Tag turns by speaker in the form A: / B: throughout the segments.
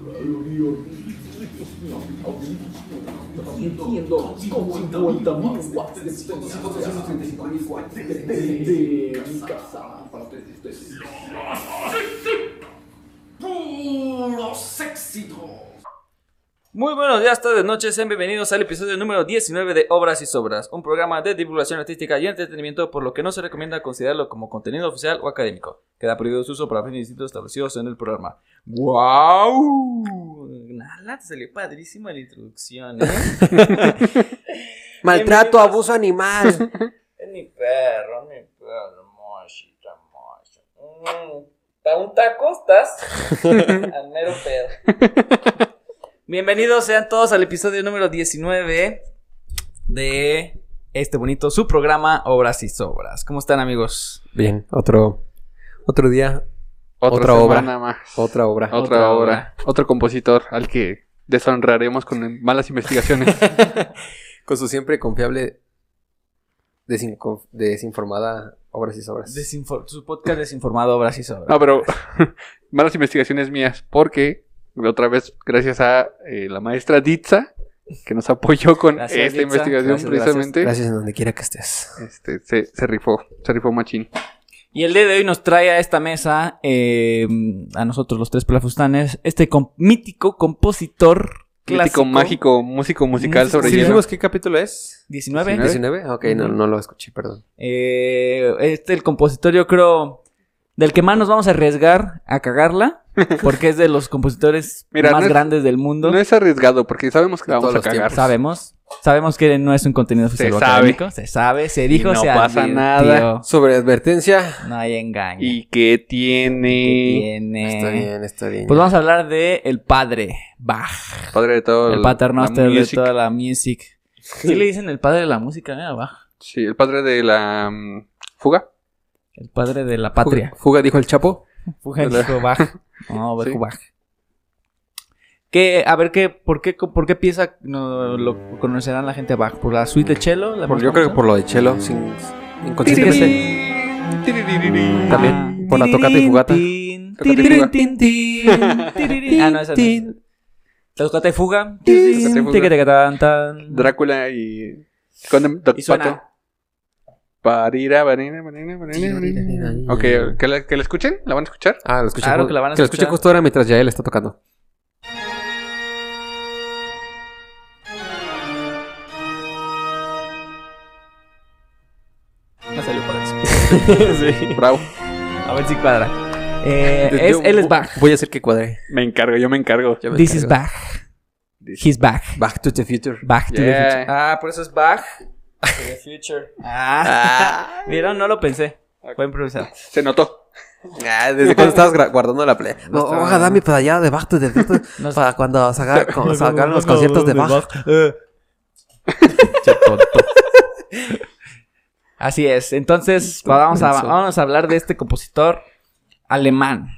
A: anterior. Entiendo como 50 mil watts de potencia desde mi casa para ustedes.
B: ¡Puros éxitos!
C: Muy buenos días, tardes, noches, sean bienvenidos al episodio número 19 de Obras y Sobras, un programa de divulgación artística y entretenimiento por lo que no se recomienda considerarlo como contenido oficial o académico. Queda prohibido su uso para fines distintos establecidos en el programa. ¡Guau! Nala, te salió padrísima la introducción, ¿eh?
D: Maltrato, abuso animal.
C: mi perro, mi perro, mochita, mochita. un taco estás? Al mero pedo. Bienvenidos sean todos al episodio número 19 de este bonito subprograma Obras y Sobras. ¿Cómo están, amigos?
D: Bien, otro, otro día,
E: Otra,
D: Otra obra.
E: semana más.
D: otra obra.
E: Otra,
C: Otra
E: obra.
C: obra.
E: Otro compositor al que deshonraremos con malas investigaciones.
D: Con su siempre confiable desinco- desinformada obras y sobras.
C: Desinfor- su podcast desinformado Obras y Sobras.
E: Pues- no, pero malas investigaciones mías. Porque otra vez, gracias a eh, la maestra Ditza, que nos apoyó con
C: Gracias,
E: esta
C: Ditza.
E: investigación
C: Gracias,
E: precisamente.
D: Gracias en donde quiera que estés.
E: Este, se, se rifó, se rifó machín.
C: Y el día de hoy nos trae a esta mesa, eh, a nosotros los tres pelafustanes, este com- mítico compositor clásico.
E: Clásico, mágico, músico musical
C: Músico,
E: sobre
C: sí,
D: Si
E: hielo.
D: dijimos qué capítulo es?
C: 19.
E: 19.
D: ¿19? Ah, Ok, no, no lo escuché, perdón.
C: Eh, este, el compositor, yo creo, del que más nos vamos a arriesgar a cagarla, porque es de los compositores
E: Mira,
C: más
E: no es-
C: grandes del mundo.
E: No es arriesgado porque sabemos que la
D: Todos
E: vamos a
D: los
E: cagar.
C: Sabemos, sabemos que no es un contenido
E: Se
C: oficial o
E: sabe.
C: académico, se sabe, se dijo,
E: no
C: se
E: pasa
C: advirtió.
E: nada.
D: Sobre advertencia.
C: No hay engaño.
E: Y que
C: ¿Qué
E: tiene.
C: tiene?
D: Está bien, está bien.
C: Eh. Pues vamos a hablar de el padre Bach,
E: Padre de todo.
C: el
E: la-
C: paternoster
E: la
C: de
E: music.
C: toda la music. Sí le dicen el padre de la música, ¿eh? a Bach,
E: Sí, el padre de la mm, fuga.
C: el padre de la
D: Fuga-
C: patria.
D: Fuga, dijo el Chapo.
C: Fugen
E: ¿Verdad?
C: dijo Bach. No,
E: Sí.
C: dijo Bach. ¿Qué, a ver, qué, ¿por qué, por qué pieza no, lo conocerán la gente a Bach? ¿Por la suite de cello? La más
D: yo creo que
C: famosa?
D: por lo de Chelo. Sin, inconscientemente.
E: Tiririrí.
D: También.
C: Ah.
D: por la tocata y fugata.
C: Tin,
E: Tocata y
C: tiririn,
E: fuga.
C: tin, tin, tiririn. Ah, no, esa no es. La tocata y fuga.
E: y fuga.
C: Tiquitiquitán, tan.
E: Drácula y. Con Doc
C: Y suena.
E: Parira, varina, varina, varina, varina. Ok, ¿que la, que la escuchen, la van a escuchar.
D: Ah, lo escuché.
C: Claro
D: ju-
C: que la van a
D: lo escuché
C: escuchar.
D: justo ahora mientras ya él está tocando.
C: No salió para eso.
E: Bravo.
C: A ver si cuadra. Eh,
D: Yo-
C: es, él es
D: vo-
C: Bach.
D: Voy a hacer que cuadre.
E: Me encargo, yo me encargo.
D: Ya me
C: This is
D: encargo.
C: Bach. He's Bach.
D: Back to the Future.
C: Bach to the
E: Yeah.
C: future. Ah, por eso es Bach. To the future. Ah. ¿Vieron? No lo pensé. Fue improvisado.
E: Se notó.
D: Ah, ¿Desde cuándo estabas gra- guardando la play?
C: No
D: No,
C: estaba-
D: ojalá mi pedallada de Bach de Future
C: No sé.
D: para cuando salga, cuando salgan los conciertos de Bach.
C: Así es. Entonces, pues, vamos a,
D: menso.
C: vamos a hablar de este compositor alemán.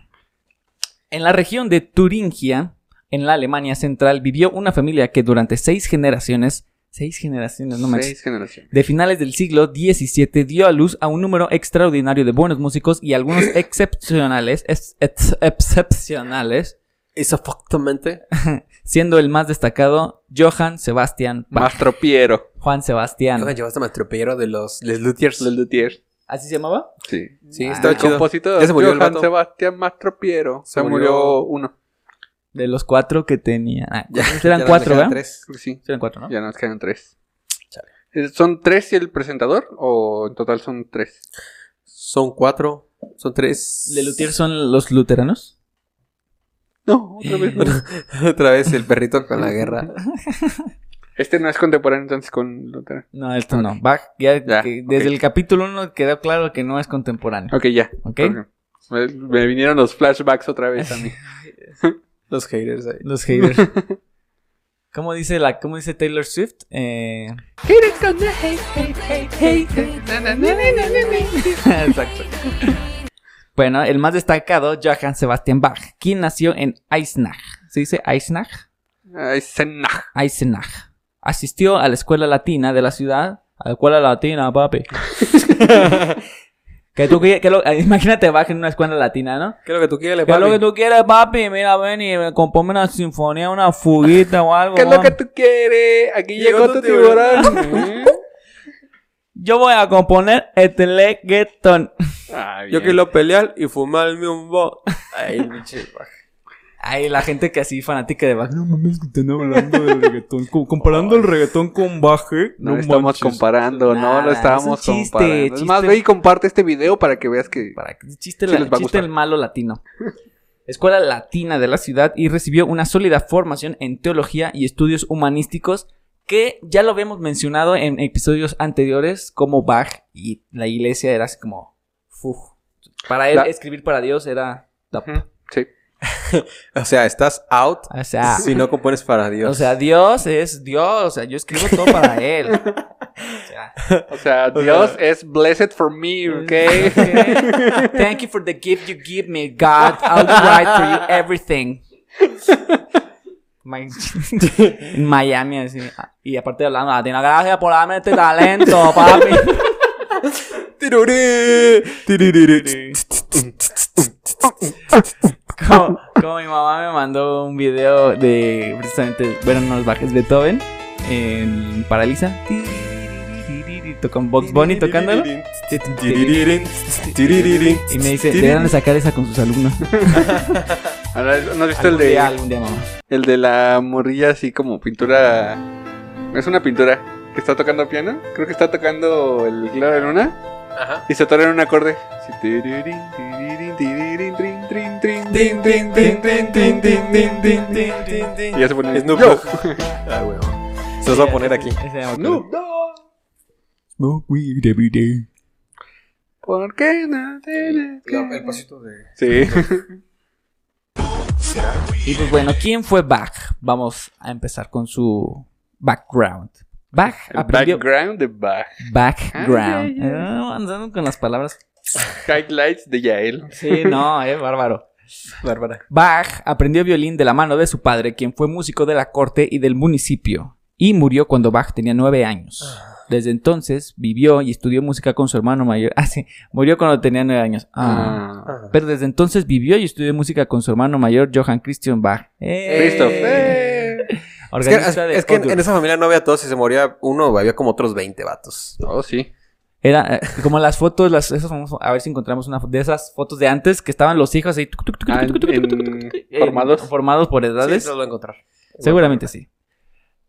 C: En la región de Turingia, en la Alemania central, vivió una familia que durante seis generaciones, seis generaciones, no manches,
E: Seis generaciones.
C: de finales del siglo XVII dio a luz a un número extraordinario de buenos músicos y algunos excepcionales, ex- ex- excepcionales,
D: Exactamente.
C: siendo el más destacado Johann Sebastian Bach.
E: Más tropiero.
C: Juan Sebastián.
D: Ojalá llevaste más tropellero este de los Les Luthiers.
E: Del Luthier.
C: ¿Así se llamaba?
E: Sí.
D: Sí,
C: Ah.
D: está
E: el
D: chido.
E: compositor.
D: Ya se murió el
E: Johann
D: vato.
E: Sebastián Mastropiero.
D: Se
E: Se,
D: murió-
E: murió... uno.
C: De los cuatro que tenía. Ah,
D: Ya-
C: eran
D: ya nos
C: cuatro,
D: quedan
C: ¿verdad?
D: tres.
E: Sí.
C: Sí Eran cuatro, ¿no?
E: Ya nos quedan tres.
D: Chale.
E: Eh, ¿Son tres y el presentador? ¿O en total son tres?
D: Son cuatro. Son tres.
C: ¿De Luthier son los luteranos?
E: No, otra vez no.
D: Otra vez el perrito con la guerra.
E: Este no es contemporáneo entonces con Lutero.
C: No, esto no. Bach, ya,
E: Ya,
C: que
E: ok.
C: desde el capítulo uno quedó claro que no es contemporáneo.
E: Ok, ya.
C: ¿Ok?
E: Ok. Me, me vinieron los flashbacks otra vez a mí.
D: Los haters ahí.
C: Los haters. ¿Cómo dice, la, ¿Cómo dice Taylor Swift? Eh, Exacto. Bueno, el más destacado, Johann Sebastian Bach, quien nació en Eisenach. ¿Se dice Eisenach?
E: Ay, Senaj.
C: Eisenach. Asistió a la escuela latina de la ciudad. A la escuela latina, papi. Que tú, qui- que lo- eh, imagínate, baja en una escuela latina, ¿no?
D: ¿Qué es lo que tú quieres,
C: Que es lo que
D: papi?
C: tú quieres, papi? Mira, ven y me compónme una sinfonía, una fuguita o algo.
E: ¿Qué es lo
C: mano.
E: que tú quieres? Aquí
D: Llegó
E: llegó
D: tu
E: tu tiburón.
C: Yo voy a componer este reggaeton.
D: Yo quiero pelear y fumarme un bo. Ay, pinche baja.
C: Ay, la gente que así fanática de Bach. No mames, que están hablando del reggaetón. co- comparando el reggaetón con Bach. eh.
E: No, estamos
C: manches.
E: comparando,
C: Nada,
E: no lo estábamos
C: es un chiste,
E: comparando. Es
C: chiste.
E: más, ve y comparte este video para que veas que
C: Para que chiste,
E: Sí
C: la-
E: les va a
C: chiste el
E: gustar.
C: malo latino. Escuela latina de la ciudad y recibió una sólida formación en teología y estudios humanísticos que ya lo habíamos mencionado en episodios anteriores como Bach y la iglesia era así como... uf. Para él
E: La-
C: escribir para Dios era... top.
E: sí.
D: O sea, estás out
C: O sea,
D: si no compones para Dios.
C: O sea, Dios es Dios. O sea, yo escribo todo para él. O sea,
E: O sea, Dios es blessed for me, ¿ok?
C: ok. Thank you for the gift you give me, God. I'll write for you everything. My- en Miami, así. Y aparte hablando latina, gracias por darme este talento, papi.
D: Tiruré, tiririri, tss, tss,
C: Como, como mi mamá me mandó un video de precisamente, bueno, no los bajes, Beethoven en Paraliza. Tocan Box Bunny tocándolo.
D: tiriririn, tss, tiriririn,
C: Y me dice,
D: tss,
C: deberán de sacar esa con sus alumnos.
E: Ahora, Ah, ¿No has visto el
C: Algún día,
E: de,
C: algún día, mamá.
E: el de la morrilla así como pintura? Es una pintura que está tocando piano. Creo que está tocando el claro de luna.
D: Ajá.
E: Y se atora en un acorde. Así, tirirín, tirirín, tirirín, trin, trin, trin,
D: Tin,
E: trin,
D: tin, tin,
E: trin,
D: tin,
E: trin,
D: tin,
E: trin, trin,
D: tin, tin, tin,
E: trin, trin,
D: tin,
E: trin.
D: tin, tin.
E: Y ya se pone
D: Snoop
E: yo.
D: Dogg. Ah, huevo. Se los va a poner aquí.
C: Ese ya me acuerdo.
E: Snoop Dogg. ¿Por qué no tienes que-
D: pasito de...
E: Sí.
C: Y pues bueno, ¿quién fue Bach? Vamos a empezar con su background. Bach
E: El
C: aprendió
E: background de Bach.
C: background.
E: Ay, ay, ay.
C: Ah, andando con las palabras.
E: Highlights de Yael.
C: Sí, no, eh, bárbaro.
D: Bárbara.
C: Bach aprendió violín de la mano de su padre, quien fue músico de la corte y del municipio, y murió cuando Bach tenía nueve años. Desde entonces vivió y estudió música con su hermano mayor. Ah, sí, murió cuando tenía nueve años. Ah.
E: Ah.
C: Pero desde entonces vivió y estudió música con su hermano mayor, Johann Christian Bach. ¡Eh!
E: Christoph. Eh.
D: Es que,
C: Organista de
D: es que en-
C: Odur.
D: en esa familia no había todos. Si se moría uno, había como otros 20 vatos.
E: Oh, sí.
C: Era eh, como las fotos, las, esas famosas- a ver si encontramos una fo- de esas fotos de antes que estaban los hijos ahí tuc, tuc, tuc,
E: Ah,
C: tuc, tuc, tuc, tuc, tuc,
E: en-
C: tuc, tuc,
E: formados.
C: eh, formados por edades.
D: Sí, se los voy a encontrar.
C: Seguramente sí.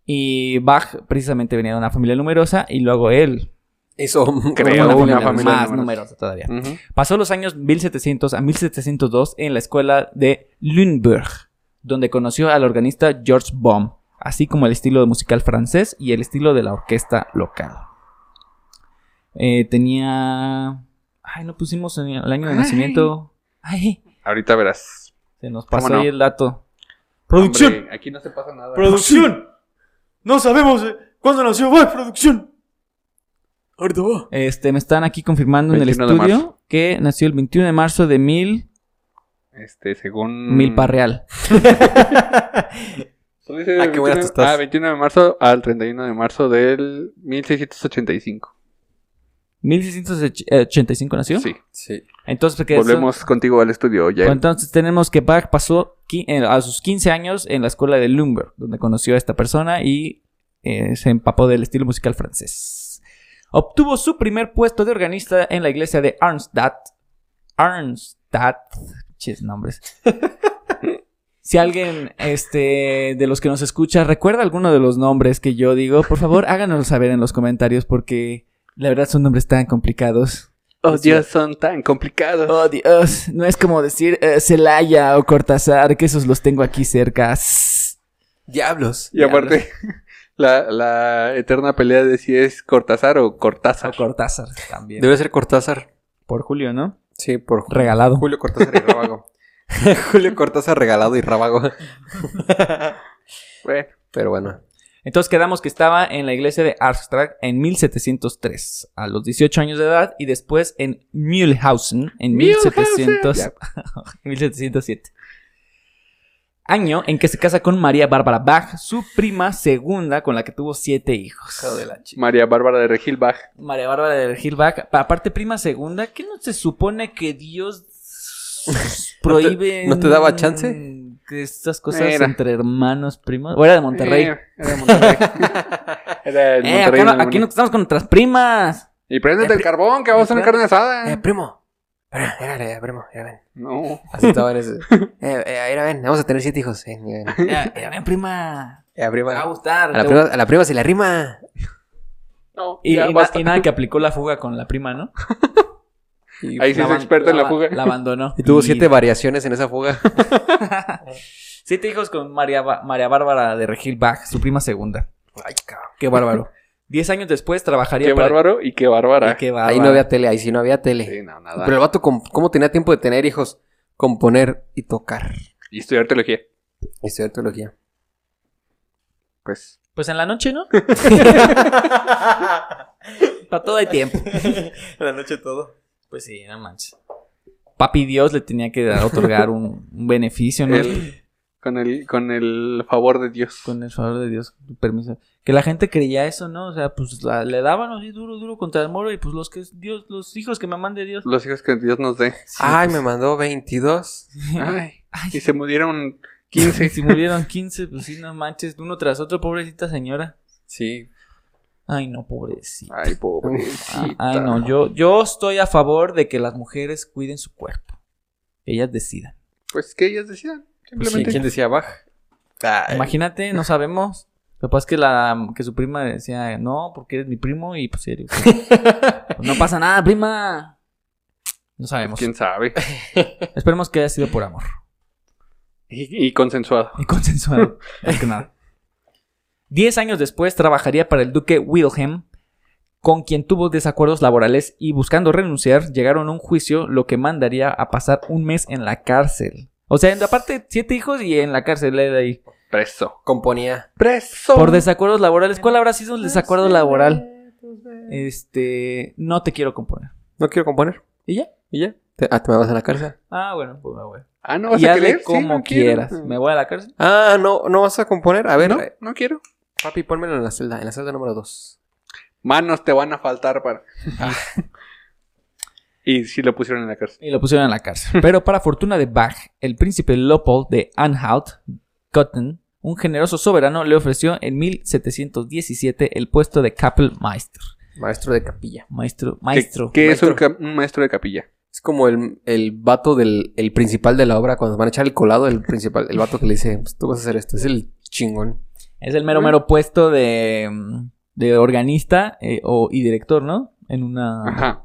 C: Y Bach precisamente venía de una familia numerosa y luego él
D: Hizo
E: Creo
D: una
E: una
D: familia.
E: familia
C: más
E: numerosa.
C: numerosa todavía.
E: Ujú.
C: Pasó los años 1700 a 1702 en la escuela de Lüneburg, donde conoció al organista George Baum, así como el estilo musical francés y el estilo de la orquesta local. Eh, tenía... Ay, no pusimos en el año de
E: Ay.
C: nacimiento. Ay,
E: Ahorita verás.
C: se nos
E: ¿Cómo
C: pasó
E: no?
C: ahí el dato.
F: Producción,
E: Hombre, aquí no se pasa nada.
F: producción. No sabemos eh, cuándo nació Bach, producción.
D: Ahorita va.
C: Este, me están aquí confirmando en el
E: 21 de
C: estudio
E: marzo.
C: que nació el 21 de marzo de mil,
E: Este, según.
C: mil parreal.
E: Solo dice
D: Ah, qué buenas
E: 21
D: tú estás.
E: Ah, 21 de marzo al 31 de marzo del 1685.
C: eh, 1685 nació.
E: Sí.
D: Sí.
C: Entonces, ¿qué son-
E: Volvemos contigo al estudio,
C: Bueno,
E: Yael.
C: Entonces tenemos que Bach pasó qui- eh, a sus 15 años en la escuela de Lumberg, donde conoció a esta persona y eh, se empapó del estilo musical francés. Obtuvo su primer puesto de organista en la iglesia de Arnstadt. Arnstadt. Chis nombres. Si alguien este, de los que nos escucha recuerda alguno de los nombres que yo digo, por favor háganoslo saber en los comentarios porque la verdad son nombres tan complicados.
E: Oh, Dios, son tan complicados.
C: Oh, Dios. No es como decir eh, Celaya o Cortázar, que esos los tengo aquí cerca. Sss.
D: Diablos.
E: y aparte, la, la eterna pelea de si es Cortázar o
C: O
E: Cortázar.
C: Cortázar también.
D: Debe ser Cortázar.
C: Por Julio, ¿no?
D: Sí, por Ju-
C: Regalado.
D: Julio Cortázar y Rábago. Julio Cortázar regalado y Rábago.
E: Bueno,
D: Pero bueno.
C: Entonces quedamos que estaba en la iglesia de Arstrack en 1703, a los 18 años de edad, y después en Mühlhausen en 1700 1707. año en que se casa con María Bárbara Bach, su prima segunda con la que tuvo siete hijos.
E: María Bárbara de Regil Bach.
C: María Bárbara de Gilbach, aparte prima segunda, ¿qué no se supone que Dios prohíbe?
D: no te daba chance?
C: Que estas cosas
E: Era.
C: entre hermanos, primos. O era de Monterrey.
E: Eh, era de Monterrey. Era de
C: Eh, acá no- Eh,
E: Monterrey, mi
C: aquí
E: hermanito.
C: nos estamos con nuestras primas.
E: Y préndete el carbón, que vamos a hacer carne asada.
D: Eh, primo. Mira, mira, mira, primo, mira, ven.
E: no.
D: Así estaba en ese. Eh, eh, mira, ven, vamos a tener siete hijos. Ven, ven.
C: Eh, eh, ven, prima.
D: Eh, prima.
C: Te va a
D: A
C: gustar.
D: la
C: te-
D: prima, a la prima se le rima.
E: No,
C: Y,
E: ya
C: y na-
E: basta.
C: y nada que aplicó la fuga con la prima, ¿no?
D: Y,
E: Ahí sí es
C: aban-
E: experta en la
C: aba-
E: fuga.
C: La abandonó.
D: y tuvo siete variaciones en esa fuga.
C: Siete hijos con María, Ba- María Bárbara de Regil Bach, su prima segunda.
D: Ay, cabrón.
C: Qué bárbaro. Diez años después trabajaría
E: Qué
C: para- Eh,
E: bárbaro y qué bárbara.
C: Qué bárbaro.
D: Ahí no había tele, ahí sí no había tele.
E: Sí, no, nada.
D: Pero el vato, com- ¿cómo tenía tiempo de tener hijos? Componer y tocar.
E: Y estudiar teología.
D: Y estudiar teología.
E: Pues.
C: Pues en la noche, ¿no? Para todo hay tiempo.
F: La noche todo.
C: Pues sí, no manches. Papi Dios le tenía que dar- otorgar un, un beneficio, ¿no?
E: él, con, el, con el favor de Dios.
C: Con el favor de Dios, permiso. Que la gente creía eso, ¿no? O sea, pues la- le daban así duro, duro contra el moro y pues los que Dios, los hijos que me mande Dios. Ah,
E: Los hijos que Dios nos dé.
D: Ay, me mandó 22.
F: Ah,
E: Ay,
C: Ay.
E: y se murieron 15.
C: Si murieron 15, pues sí, no manches, uno tras otro, pobrecita señora.
D: Sí.
C: Ay, no, pobrecita.
E: Ay, pobre.
C: Ah, Ay, no, yo, yo estoy a favor de que las mujeres cuiden su cuerpo. Ellas decidan.
E: Pues que ellas decidan.
D: Sí,
E: Simplemente. pues,
D: ¿Quién decía Bach?
C: Imagínate, no sabemos. Lo que pasa es que, la, que su prima decía, no, porque eres mi primo y pues serio. Pues, no pasa nada, prima. No sabemos.
E: ¿Quién sabe?
C: Esperemos que haya sido por amor
E: Y, y consensuado.
C: y consensuado. más que nada. Diez años después trabajaría para el duque Wilhelm, con quien tuvo desacuerdos laborales y buscando renunciar, llegaron a un juicio, lo que mandaría a pasar un mes en la cárcel. O sea, en- aparte, siete hijos y en la cárcel él ahí.
E: Preso.
D: Componía.
E: Preso.
C: Por desacuerdos laborales. ¿Cuál habrá sido el desacuerdo laboral? Este, no te quiero componer.
D: No quiero componer.
C: ¿Y ya?
D: ¿Y ya? Te- ah, te me vas a la cárcel.
C: Ah, bueno, pues me voy.
E: Ah, no vas
C: y
E: a
C: hazle
E: querer. Sí, pues.
C: como
E: no quiero.
C: quieras. ¿Me voy a la cárcel?
D: Ah, no, no vas a componer. A ver,
E: No,
D: eh,
E: no quiero.
D: papi, pónmelo en la celda, en la celda número 2.
E: Manos te van a faltar para.
C: Ah.
E: y sí lo pusieron en la cárcel.
C: Y lo pusieron en la cárcel. Pero para fortuna de Bach, el príncipe Leopold de Anhalt, Gotten, un generoso soberano, le ofreció en 1717 el puesto de Kapellmeister.
D: Maestro de capilla.
C: Maestro,
E: ¿Qué-
C: maestro.
E: ¿Qué, es un,
D: Maestro.
E: ca- un maestro de capilla?
D: Es como el, el vato del el principal de la obra. Cuando van a echar el colado, el principal, el vato que le dice, pues tú vas a hacer esto. Es el chingón.
C: Es el mero mero puesto de, mm, de organista eh, o, y director, ¿no? En una...
E: Ajá.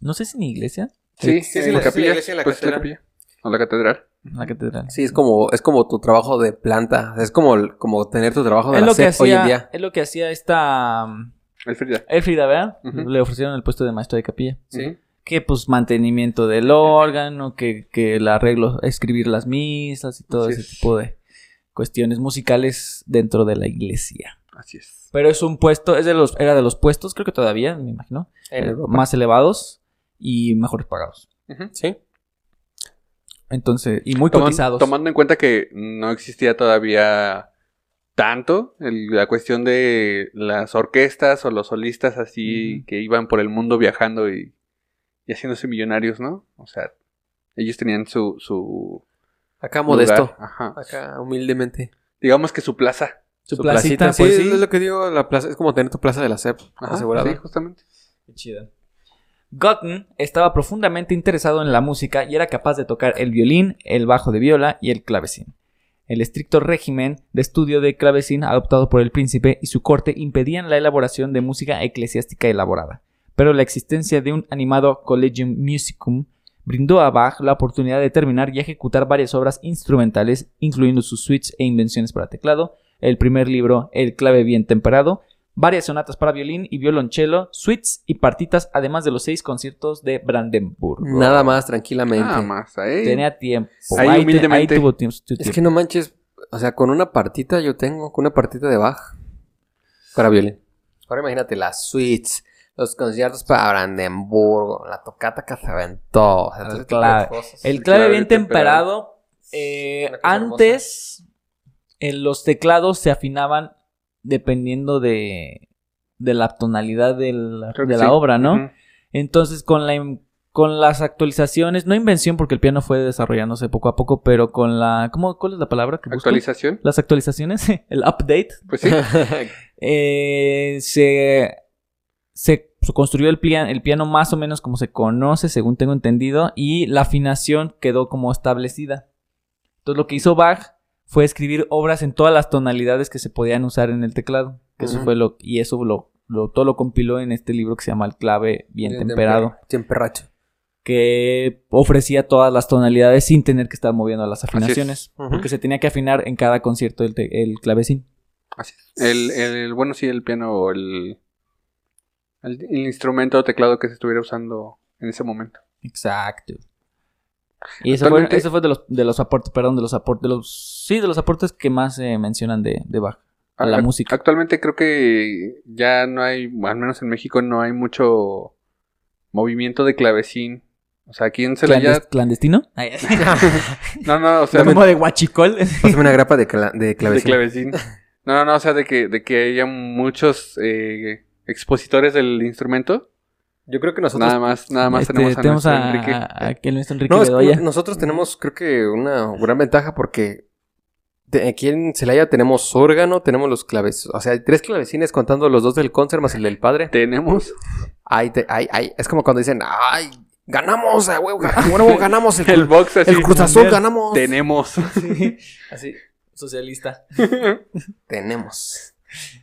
C: No sé si en iglesia,
E: Sí,
D: sí,
E: en
D: sí,
E: la
D: la-
E: capilla.
D: sí, la iglesia, la
E: pues,
D: catedral.
E: capilla. O la catedral.
C: en la catedral.
D: Sí, es como, es como tu trabajo de planta. Es como, el- como tener tu trabajo de
C: Es
D: la
C: lo, que
D: SEP
C: hacía,
D: hoy en día.
C: es lo que hacía esta um,
E: Elfrida.
C: Elfrida, ¿verdad?
E: Ujú.
C: Le ofrecieron el puesto de maestro de capilla.
E: Sí.
C: Que pues mantenimiento del órgano, que, que el arreglo, escribir las misas y todo
E: Así
C: ese
E: es.
C: tipo de cuestiones musicales dentro de la iglesia.
E: Así es.
C: Pero es un puesto, es de los, era de los puestos, creo que todavía, me imagino, eh, más elevados y mejores pagados.
D: Sí.
C: Entonces, y muy
E: Toman-
C: cotizados.
E: tomando en cuenta que no existía todavía tanto el- la cuestión de las orquestas o los solistas así
C: Ujú.
E: que iban por el mundo viajando y, y haciéndose millonarios, ¿no? O sea, ellos tenían su... su
D: Acá modesto.
E: lugar. Ajá.
D: Acá humildemente.
E: Digamos que su plaza.
C: Su, placita,
D: Sí,
C: pues,
D: es lo que digo. La plaza, es como tener tu plaza de la SEP
E: Ajá,
D: asegurada.
E: Sí, justamente.
C: Qué chida. Gotten estaba profundamente interesado en la música y era capaz de tocar el violín, el bajo de viola y el clavecín. El estricto régimen de estudio de clavecín adoptado por el príncipe y su corte impedían la elaboración de música eclesiástica elaborada, pero la existencia de un animado Collegium Musicum brindó a Bach la oportunidad de terminar y ejecutar varias obras instrumentales, incluyendo sus suites e invenciones para teclado, el primer libro El clave bien temperado, varias sonatas para violín y violonchelo, suites y partitas, además de los seis conciertos de Brandenburgo.
D: Nada más, tranquilamente.
E: Nada más. ahí.
C: Tenía tiempo.
E: Ahí
C: te-
E: humildemente.
C: ahí tuvo tiempo. tu
D: Es
C: tiempo.
D: que no manches. O sea, con una partita yo tengo, con una partita de Bach para violín. Ahora imagínate las suites, los conciertos para Brandenburgo, la tocata que se aventó. o sea,
C: Ah,
D: todo ese tipo de
C: claro.
D: cosas.
C: El clave
E: clave
C: bien
E: temperado.
C: temperado Eh,
D: Una cosa
C: antes, en los teclados se afinaban dependiendo de, de la tonalidad de la,
E: Creo que
C: de la
E: sí.
C: obra, ¿no?
E: Ujú.
C: Entonces, con la in- con las actualizaciones, no invención, porque el piano fue desarrollándose poco a poco, pero con la. ¿cómo, ¿Cuál es la palabra que busco?
E: ¿Actualización?
C: Las actualizaciones, el update,
E: Pues sí.
C: eh, se, se construyó el, pia- el piano más o menos como se conoce, según tengo entendido, y la afinación quedó como establecida. Entonces lo que hizo Bach fue escribir obras en todas las tonalidades que se podían usar en el teclado. Que eso
D: Ujú.
C: fue lo, y eso lo, lo- todo lo compiló en este libro que se llama El clave bien, temperado,
D: Temperacho.
C: que ofrecía todas las tonalidades sin tener que estar moviendo las
E: es.
C: afinaciones,
D: Ujú.
C: porque se tenía que afinar en cada concierto el, te- el clavecín.
E: Así es. El, el- bueno, sí, el piano o el, el, el instrumento o teclado que se estuviera usando en ese momento.
C: Exacto. Y eso fue,
E: Actualmente-
C: eso fue de los de los aportes, perdón, de los aportes, de los sí, de los aportes que más se mencionan de, de Bach. A la
E: Ac-
C: música.
E: Actualmente creo que ya no hay, al menos en México, no hay mucho movimiento de clavecín. O sea, aquí en Celaya...
C: Clandes- ¿Clandestino?
E: No, no, o sea...
C: Como de guachicol.
D: Pásame una grapa de, cla- de
E: de
D: clavecín.
E: clavecín. No, no, o sea, de que, de que haya muchos eh, expositores del instrumento.
D: Yo creo que nosotros...
E: Nada más, nada más
C: Este,
E: tenemos a nuestro
C: a-
E: Enrique.
C: a- a que nuestro Enrique
D: No, es que
C: Bedoya.
D: no- nosotros tenemos, creo que, una gran ventaja porque te- aquí en Celaya tenemos órgano, tenemos los clavecines. O sea, hay tres clavecines contando los dos del concert más el del padre.
E: Tenemos
D: Ay, te- ay, ay. Es como cuando dicen, ay, ganamos, a huevo, a huevo, ganamos el,
E: Ah, el box así.
D: el Cruz Azul, ganamos.
E: Tenemos.
C: Así, socialista.
D: tenemos.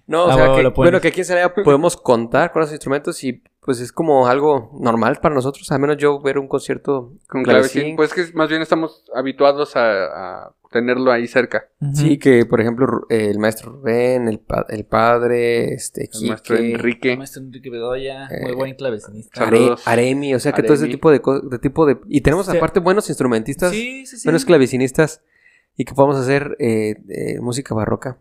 D: No, o
C: Ah,
D: sea,
C: huevo,
D: que-
C: lo pones.
D: bueno, que aquí en Celaya podemos contar con los instrumentos y pues es como algo normal para nosotros. Al menos yo ver un concierto
E: Con clavecín. Pues que más bien estamos habituados a, a tenerlo ahí cerca.
D: Sí, que por ejemplo Ru- eh, el maestro Rubén, el, pa- el padre, este,
E: El maestro
D: Quique,
E: Enrique.
C: Nuestro Enrique Bedoya, muy
D: Eh,
C: buen clavecinista.
D: Are-
E: Saludos.
D: Aremi, o sea que todo ese
E: Aremi.
D: tipo de, co- de tipo de y tenemos
C: Sí.
D: aparte buenos instrumentistas,
C: Sí, sí, sí.
D: buenos clavecinistas y que podemos hacer eh, eh, música barroca.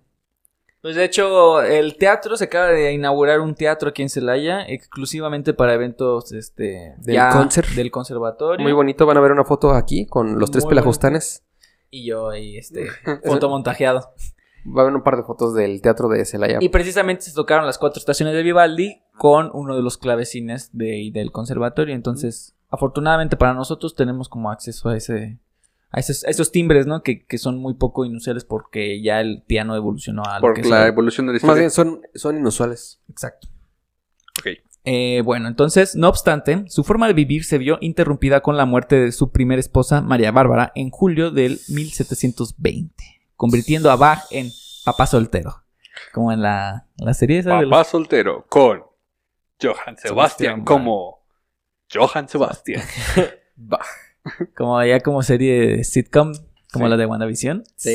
C: Pues de hecho, el teatro se acaba de inaugurar un teatro aquí en Celaya, exclusivamente para eventos este
D: Del concert.
C: del conservatorio.
D: Muy bonito, van a ver una foto aquí con los tres
C: Muy
D: pelajustanes.
C: Y yo ahí, este, fotomontajeado.
D: Va a haber un par de fotos del teatro de Celaya.
C: Y precisamente se tocaron las cuatro estaciones de Vivaldi con uno de los clavecines de, del conservatorio. Entonces, afortunadamente para nosotros tenemos como acceso a ese... A esos, a esos timbres, ¿no? Que, que son muy poco inusuales porque ya el piano evolucionó a lo que
E: Por
C: es
E: la
C: ahora.
E: evolución de la
D: Más
E: historia.
D: bien son, son inusuales.
C: Exacto.
E: Ok.
C: Eh, bueno, entonces, no obstante, su forma de vivir se vio interrumpida con la muerte de su primera esposa, María Bárbara, en julio del 1720, convirtiendo a Bach en papá soltero. Como en la, la serie esa de los...
E: Papá soltero con Johann Sebastián
C: Sebastián
E: como Johann Sebastián.
C: Como ya como serie de sitcom, como
E: Sí.
C: la de WandaVision.
D: Sí.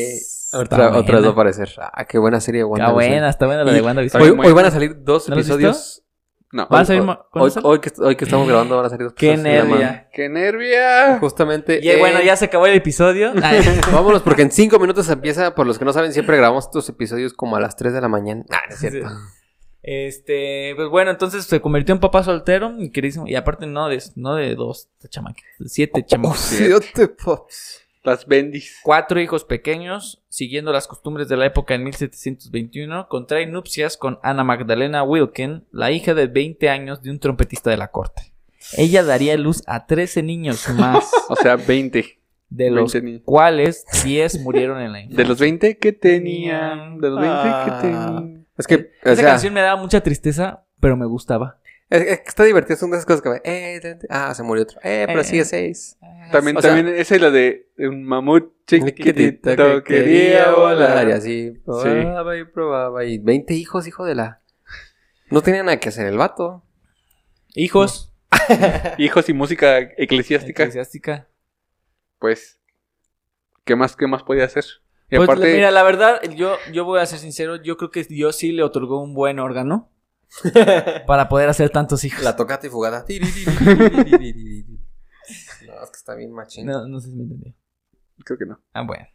C: Está
D: Otra,
C: buena.
D: otra vez va a aparecer. Ah, qué buena serie de
C: Está
D: WandaVision.
C: buena, está buena la de
D: Y-
C: WandaVision.
D: Hoy,
E: Muy
D: hoy van a salir dos
C: ¿No lo has
D: episodios.
E: No.
C: ¿Van a
D: Hoy-
C: salir
D: hoy,
C: ma- con
D: hoy-
C: eso?
D: hoy que, hoy que estamos grabando van a salir dos
C: Qué
D: episodios.
C: nervia.
D: man.
E: ¡Qué nervia!
D: Justamente.
C: Y bueno,
D: eh,
C: ya se acabó el episodio. Ay,
D: Vámonos porque en cinco minutos empieza. Por los que no saben, siempre grabamos estos episodios como a las 3 de la mañana. Ah, no es cierto.
C: Sí. Este, pues bueno, entonces se convirtió en papá soltero, mi queridísimo. Y aparte, no de, no de dos chamacas, de siete chamacas.
D: Siete pops.
E: Las bendis.
C: Cuatro hijos pequeños, siguiendo las costumbres de la época en 1721, contrae nupcias con Ana Magdalena Wilken, la hija de 20 años de un trompetista de la corte. Ella daría luz a 13 niños más,
E: O sea, 20.
C: de los
E: 20 niños.
C: cuales 10 murieron en la infancia.
E: De los 20 que tenían. De los 20 que tenían.
D: Es que, o
C: Esa
D: sea,
C: canción me daba mucha tristeza, pero me gustaba.
D: es- es que está divertido. Son de esas cosas que. va, Eh, de- de- ah, se murió otro. Eh, pero
C: Eh.
D: sigue seis.
E: También,
D: O sea-
E: también esa y la de un mamut chiquitito que quería
D: Y
E: volar.
D: así probaba y probaba. Y 20 hijos, hijo de la. No tenía nada que hacer el vato.
C: Hijos,
E: Hijos y música eclesiástica.
C: eclesiástica.
E: Pues, ¿qué más, qué más podía hacer? Y
C: Pues,
E: aparte,
C: mira, la verdad, yo, yo voy a ser sincero, yo creo que Dios sí le otorgó un buen órgano para poder hacer tantos hijos.
D: La tocata y fugada. no, es que está bien machín.
C: No, no sé si me entendió.
E: creo que no.
C: Ah, bueno.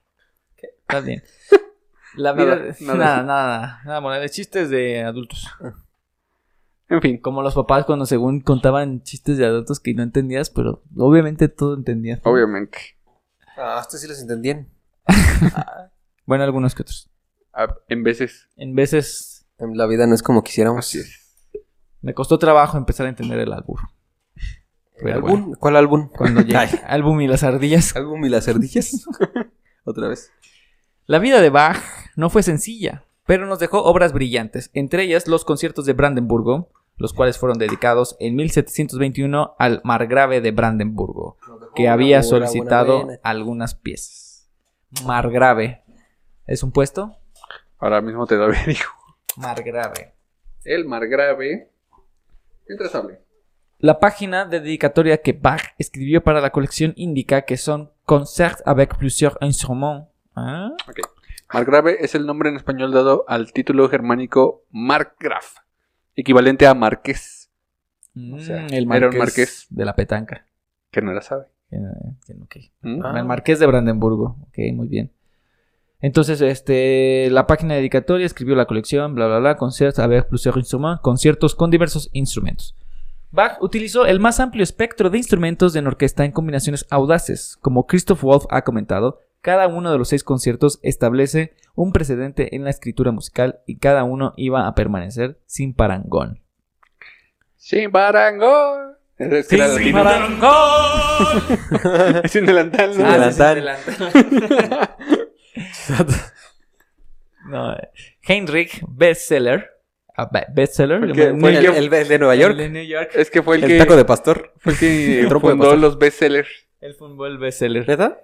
C: Está bien. La vida...
E: Nada,
C: Nada, nada,
E: nada.
C: nada. Nada, Morales, chistes de adultos.
E: En fin,
C: Como los papás cuando según contaban chistes de adultos que no entendías, pero obviamente todo entendías.
E: obviamente.
D: Ah, hasta sí los entendían.
C: Bueno, algunos que otros.
E: Ah, En veces.
C: En veces
D: La vida no es como quisiéramos.
E: Así es.
C: me costó trabajo empezar a entender el álbum. Pero
D: ¿Álbum?
C: bueno,
D: ¿Cuál álbum?
C: cuando llega álbum y las ardillas.
D: ¿Álbum y las ardillas? Otra vez.
C: La vida de Bach no fue sencilla, pero nos dejó obras brillantes, entre ellas los conciertos de Brandenburgo, los cuales fueron dedicados en 1721 al margrave de Brandenburgo, que había solicitado algunas piezas. Margrave. ¿Es un puesto?
E: Ahora mismo te lo averiguo.
C: Margrave.
E: El margrave. Mientras hable.
C: La página de dedicatoria que Bach escribió para la colección indica que son concerts avec plusieurs instruments. ¿Ah?
E: Margrave es el nombre en español dado al título germánico Markgraf, equivalente a marqués, O sea,
C: Mm,
E: era
C: el
E: un
C: marqués,
E: marqués.
C: de la petanca.
E: que no la sabe.
C: Eh, ok.
E: ¿Mm?
D: Ah.
C: El marqués de Brandenburgo. Ok, muy bien. Entonces, este, la página dedicatoria escribió la colección, bla, bla, bla, concerts avec plusieurs instruments, conciertos con diversos instrumentos. Bach utilizó el más amplio espectro de instrumentos en orquesta en combinaciones audaces. Como Christoph Wolff ha comentado, cada uno de los seis conciertos establece un precedente en la escritura musical y cada uno iba a permanecer sin parangón.
E: Sin parangón. Ese es que era latino. Es sin delantal, ¿no?
D: Sin delantal.
C: No, eh, Heinrich Bestseller. ah, be- Bestseller.
E: ¿Por qué?
C: New
E: Fue
D: El,
C: York-
E: que-
D: el- el de Nueva
C: el
D: York.
C: de New York.
E: Es que fue el,
D: El
E: que,
D: taco de pastor.
E: fue el que
D: el trompo de
E: fundó
D: pastor.
E: los bestsellers.
C: El fútbol bestseller.
D: ¿Neta?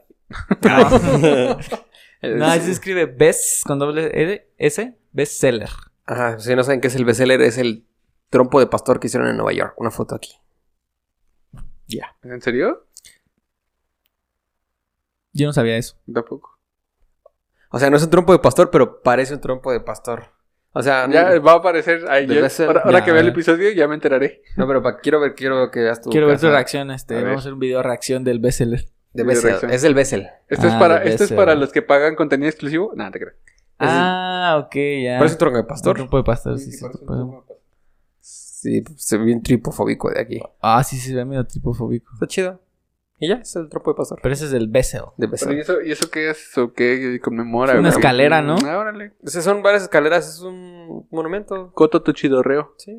C: No, ahí se escribe best con doble L, S, bestseller.
D: Ajá, si no saben qué es el bestseller, es el trompo de pastor que hicieron en Nueva York. Una foto aquí.
E: ¿En serio?
C: Yo no sabía eso.
E: Tampoco.
D: O sea, no es un trompo de pastor, pero parece un trompo de pastor. O sea,
E: Ya
D: Ah, no,
E: va a aparecer ahí.
D: The
E: yo-
D: bestseller.
E: ahora ahora
C: Ya,
E: que
C: a
E: vea el
C: ver.
E: episodio ya me enteraré.
D: no, pero pa- quiero ver, quiero que veas tu
C: Quiero ver tu
D: casa
C: reacción. Este,
E: A ver.
C: vamos a hacer un video reacción del bestseller.
D: de
E: tu
D: Bessel.
E: reacción.
D: Es el Bessel.
E: Esto es
C: Ah,
E: para,
C: The
E: esto es
C: bestseller.
E: para los que pagan contenido exclusivo. Nada, te creo.
C: Ah, ok, ya.
D: Parece un tronco de
C: Un
D: pastor.
C: trompo de pastor, sí, sí, parece un-
D: Sí, pues, se ve un tripofóbico de aquí.
C: Ah, sí, se ve medio tripofóbico.
D: Está chido. Y ya, es el trompo de pastor.
C: Pero ese es el Bessel.
D: De
E: Pero, ¿y,
D: Bessel.
E: eso, ¿Y eso qué es? ¿O qué conmemora?
C: Es una
E: güey?
C: escalera, ¿no?
E: Ah, órale.
D: O sea, son varias escaleras, es un monumento.
E: Coto tu chidorreo.
D: Sí,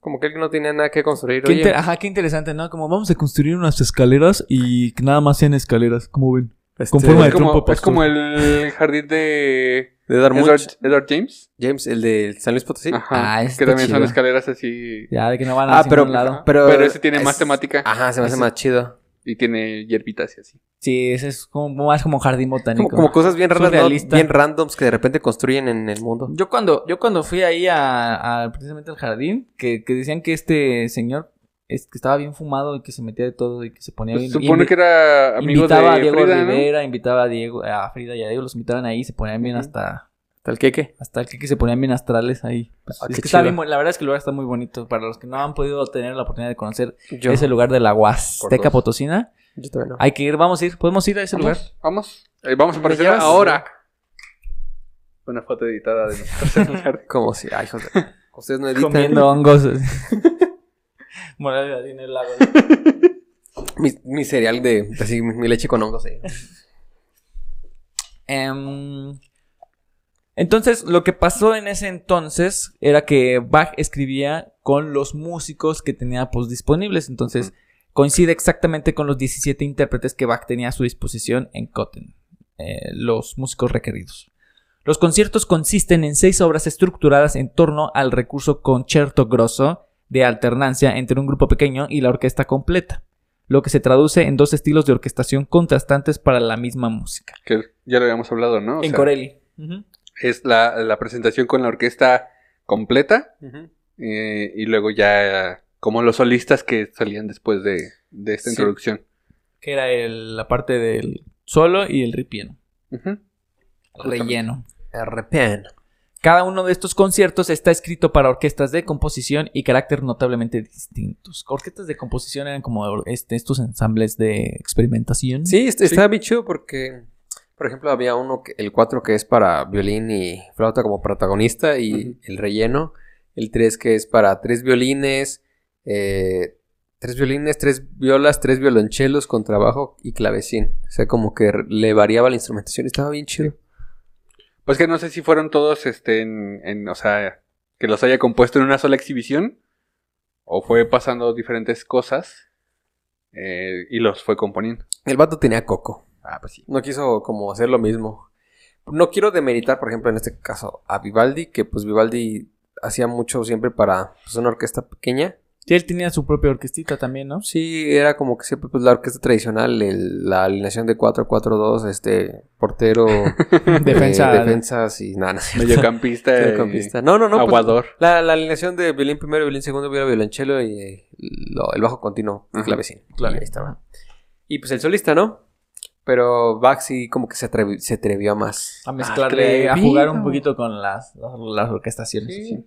D: como que él no tenía nada que construir.
C: Qué
D: Oye,
C: inter- Ajá, qué interesante, ¿no? Como vamos a construir unas escaleras y que nada más sean escaleras, como ven.
D: este,
C: con forma
E: es,
C: de trompo
E: como,
C: de
E: es como el jardín de
D: de dar
E: Edward,
D: mucho.
E: Edward James.
D: James, el de San Luis Potosí.
E: Ajá,
C: Ah,
E: que
C: está
E: también son
C: chido.
E: escaleras así.
C: Ya, de que no van a
D: Ah, pero,
C: ningún lado.
E: Pero ese tiene más temática.
D: Ajá, se me hace
C: Ese-
D: más chido.
E: Y tiene hierbitas y así.
C: Sí, ese es como, más como jardín
D: Como,
C: botánico.
D: como cosas bien raras, ¿no?
C: Surrealista.
D: bien randoms que de repente construyen en el mundo.
C: Yo cuando, yo cuando fui ahí a, a precisamente al jardín, que, que decían que este señor es, que estaba bien fumado y que se metía de todo y que se ponía bien.
E: Se Pues supone
C: invi-
E: que era amigo de
C: invitaba a Diego
E: Frida, ¿no?
C: Rivera, invitaba a Diego, a Frida y a Diego, los invitaban ahí, se ponían bien
E: Ujú.
C: hasta,
D: Tal que qué.
C: hasta que, que se ponían bien astrales ahí. Pues,
D: Ah,
C: es
D: qué
C: que está
D: chido.
C: bien, bu- la verdad es que el lugar está muy bonito. Para los que no han podido tener la oportunidad de conocer
D: Yo,
C: ese lugar de la Huasteca
D: dos.
C: Potosina,
D: yo todavía no.
C: hay que ir, vamos a ir, podemos ir a ese lugar.
E: Vamos, vamos. Eh, vamos a aparecer
D: llevas?
E: ahora. Una foto editada de nosotros en el jardín.
D: Como si, ay, joder. Ustedes no editan.
C: comiendo hongos. Moral así en el lago. ¿no?
D: Mi, mi cereal de, así, mi, mi leche con hongos. ¿eh? ahí.
C: Em, entonces, lo que pasó en ese entonces era que Bach escribía con los músicos que tenía pues, disponibles. Entonces, coincide exactamente con los 17 intérpretes que Bach tenía a su disposición en Cotten, eh, los músicos requeridos. Los conciertos consisten en seis obras estructuradas en torno al recurso concierto grosso de alternancia entre un grupo pequeño y la orquesta completa, lo que se traduce en dos estilos de orquestación contrastantes para la misma música.
E: Que ya lo habíamos hablado, ¿no? O
C: en
E: sea,
C: Corelli.
E: Es la, la presentación con la orquesta completa. eh, y luego ya como los solistas que salían después de, de esta
D: Sí.
E: introducción.
C: Que era el- la parte del solo y el ripieno.
E: Ujú.
C: Relleno.
D: Arrepian.
C: Cada uno de estos conciertos está escrito para orquestas de composición y carácter notablemente distintos. Orquestas de composición eran como or- este, estos ensambles de experimentación.
D: Sí, está, está bien chido porque, por ejemplo, había uno, que- el 4 que es para violín y flauta como protagonista y
E: Ujú.
D: el relleno. El 3 que es para tres violines, eh, Tres violines, tres violas, tres violonchelos con trabajo y clavecín. O sea, como que le variaba la instrumentación. Estaba bien chido.
E: Pues que no sé si fueron todos, este, en, en, o sea, que los haya compuesto en una sola exhibición. O fue pasando diferentes cosas. eh, y los fue componiendo.
D: El vato tenía coco.
E: Ah, pues sí.
D: No quiso como hacer lo mismo. No quiero demeritar, por ejemplo, en este caso, a Vivaldi, que pues Vivaldi hacía mucho siempre para pues, una orquesta pequeña.
C: Sí, él tenía su propia orquestita también, ¿no?
D: Sí, era como que siempre pues la orquesta tradicional, el- la alineación de 4-4-2, este, portero, eh,
C: Defensa.
D: defensas y nada, no, es cierto.
E: Mediocampista. y
D: Mediocampista. no, no, no. pues,
E: aguador.
D: la, la alineación de violín primero, violín segundo, viola, violonchelo y eh, lo- el bajo continuo,
E: Ajá.
D: clavecín.
C: Claro.
D: Y ahí estaba. Y pues el solista, ¿no? Pero Bach sí como que se, atrevi- se atrevió a más.
C: A mezclarle, a jugar un poquito con las, las, las orquestaciones. así.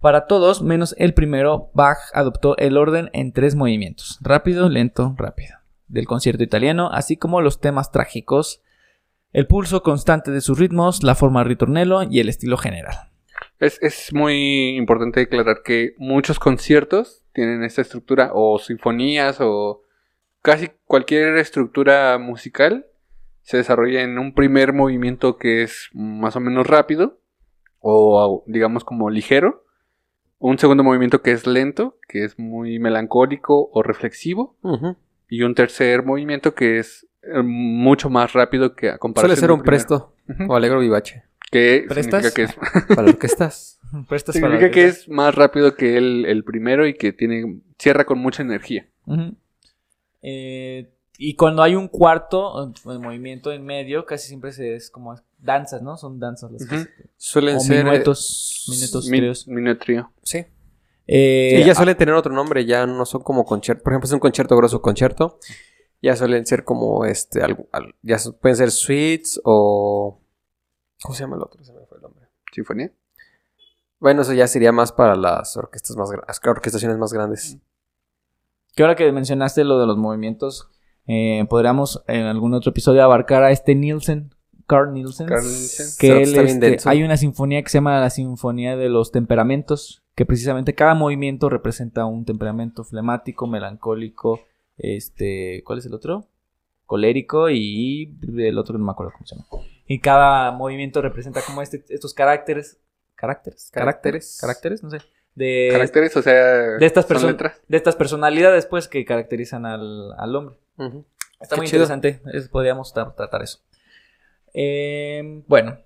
C: Para todos, menos el primero, Bach adoptó el orden en tres movimientos: rápido, lento, rápido. Del concierto italiano, así como los temas trágicos, el pulso constante de sus ritmos, la forma ritornelo y el estilo general.
E: Es, es muy importante declarar que muchos conciertos tienen esta estructura, o sinfonías, o casi cualquier estructura musical se desarrolla en un primer movimiento que es más o menos rápido, o digamos como ligero, un segundo movimiento que es lento, que es muy melancólico o reflexivo,
D: Ujú.
E: y un tercer movimiento que es eh, mucho más rápido que a comparación
D: Suele ser
E: del
D: un
E: primero.
D: presto
E: Ujú.
D: o alegro vivache
E: Que
C: ¿Prestas?
E: significa que es
D: para orquestas.
C: Prestas para
E: Significa que
C: orquesta.
E: Pues es más rápido que el, el primero y que tiene cierra con mucha energía.
C: Ujú. Eh, y cuando hay un cuarto eh, movimiento en medio, casi siempre se es como danzas, ¿no? Son danzas las que
E: Ujú.
C: se-
D: Suelen
C: o
D: ser. eh,
C: minuetos, minuetos,
E: Min-
C: tríos.
E: Minutrio.
D: sí.
C: Eh,
D: Y ya suelen tener otro nombre, ya no son como concierto. Por ejemplo, es un concierto grosso concierto. Ya suelen ser como este. algo- al- ya su- pueden ser suites o. ¿Cómo se llama el otro? Se me fue el nombre.
E: ¿Sinfonía?
D: Bueno, eso ya sería más para las orquestas más gra- las orquestaciones más grandes.
C: que ahora que mencionaste lo de los movimientos, eh, podríamos en algún otro episodio abarcar a este Nielsen, Carl Nielsen.
E: Carl Nielsen.
C: que
D: Está-
C: él,
D: está bien
C: este,
D: denso.
C: hay una sinfonía que se llama la Sinfonía de los Temperamentos, que precisamente cada movimiento representa un temperamento flemático, melancólico, este, ¿cuál es el otro? Colérico y el otro no me acuerdo cómo se llama. Y cada movimiento representa como este, estos caracteres, caracteres, caracteres,
D: Caracteres.
C: caracteres, no sé, de,
E: Caracteres, o sea,
C: Eh, de estas
E: son
C: personas-
E: letras.
C: de estas personalidades pues que caracterizan al, al hombre.
D: Ujú.
C: Está
D: Qué
C: muy
D: chido.
C: interesante. es- podríamos tra- tratar eso. Eh, bueno.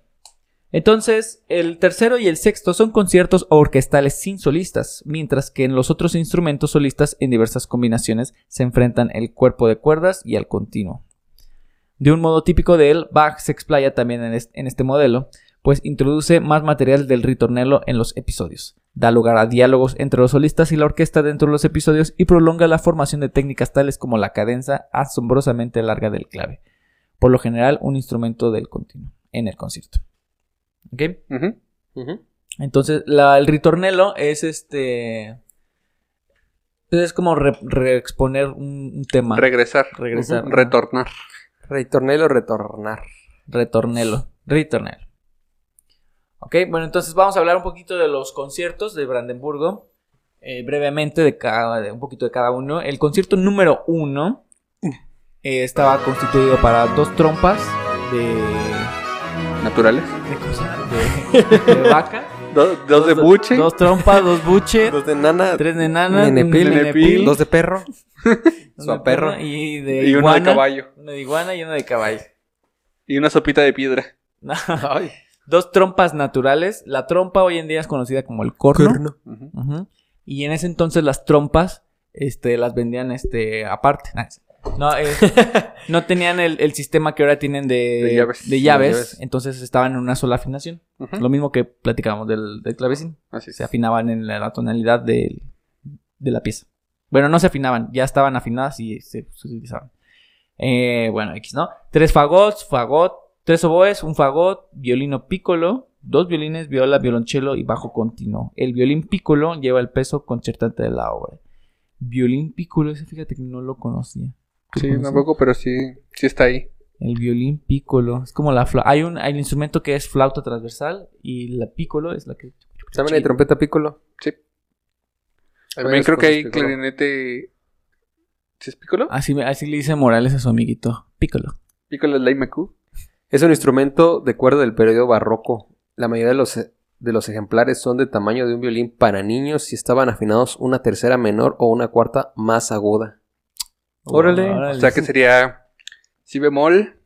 C: Entonces, el tercero y el sexto son conciertos orquestales sin solistas, mientras que en los otros instrumentos solistas en diversas combinaciones se enfrentan el cuerpo de cuerdas y al continuo. De un modo típico de él, Bach se explaya también en es- en este modelo, pues introduce más material del ritornelo en los episodios. Da lugar a diálogos entre los solistas y la orquesta dentro de los episodios y prolonga la formación de técnicas tales como la cadenza asombrosamente larga del clave. Por lo general, un instrumento del continuo en el concierto. ¿Ok?
E: Ujú.
D: Ujú.
C: Entonces, la- el ritornelo es este. pues es como re- reexponer un, un tema.
E: Ah. Regresar.
C: Regresar.
E: Ujú. Retornar.
D: Retornelo, retornar.
C: Retornelo. Ritornelo. Ok, bueno, entonces vamos a hablar un poquito de los conciertos de Brandenburgo. eh, brevemente, de cada, de un poquito de cada uno. El concierto número uno eh, estaba constituido para dos trompas de.
E: Naturales.
C: de ¿cómo se llama? De, de vaca.
E: Do- dos de buche.
C: Dos trompas, dos buche,
D: Dos de nana,
C: tres de nana, un
D: nenepil,
C: Ah, nenepil,
D: dos de perro.
C: un
D: su
C: de
D: perro.
C: y de
E: Y uno de
C: iguana,
E: caballo.
C: Una de iguana y una de caballo.
E: Y una sopita de piedra.
C: Dos trompas naturales. La trompa hoy en día es conocida como el corno.
E: Ujú.
C: Ujú. Y en ese entonces las trompas este, las vendían este, aparte. Nah, es- No, eh, no tenían el, el sistema que ahora tienen de,
E: De llaves.
C: de llaves,
E: De llaves.
C: Entonces estaban en una sola afinación.
E: Ujú.
C: Lo mismo que platicábamos del, del clavecín.
E: Así es.
C: Se afinaban en la, la tonalidad del- de la pieza. Bueno, no se afinaban, ya estaban afinadas y se, se utilizaban. Eh, bueno, X, ¿no? Tres fagots, fagot, tres oboes, un fagot, violino piccolo, dos violines, viola, violonchelo y bajo continuo. El violín piccolo lleva el peso concertante de la obra. Violín piccolo, ese fíjate que no lo conocía. ¿Tú
E: Sí,
C: lo conocías?
E: tampoco, pero sí, sí está ahí.
C: El violín piccolo, es como la flauta. Hay un, hay un instrumento que es flauta transversal y la piccolo es la que...
D: ¿Saben la trompeta pícolo?
E: Sí. También
D: varias
E: creo que
D: cosas
E: hay
D: Piccolo.
E: clarinete. ¿Sí es Piccolo?
C: Así, me- así le dice Morales a su amiguito Piccolo.
E: Piccolo es Lime Q.
D: Es un instrumento de cuerda del periodo barroco. La mayoría de los, de los ejemplares son de tamaño de un violín para niños y estaban afinados una tercera menor o una cuarta más aguda.
E: Oh, Órale.
C: Ah,
E: O sea que sería si bemol,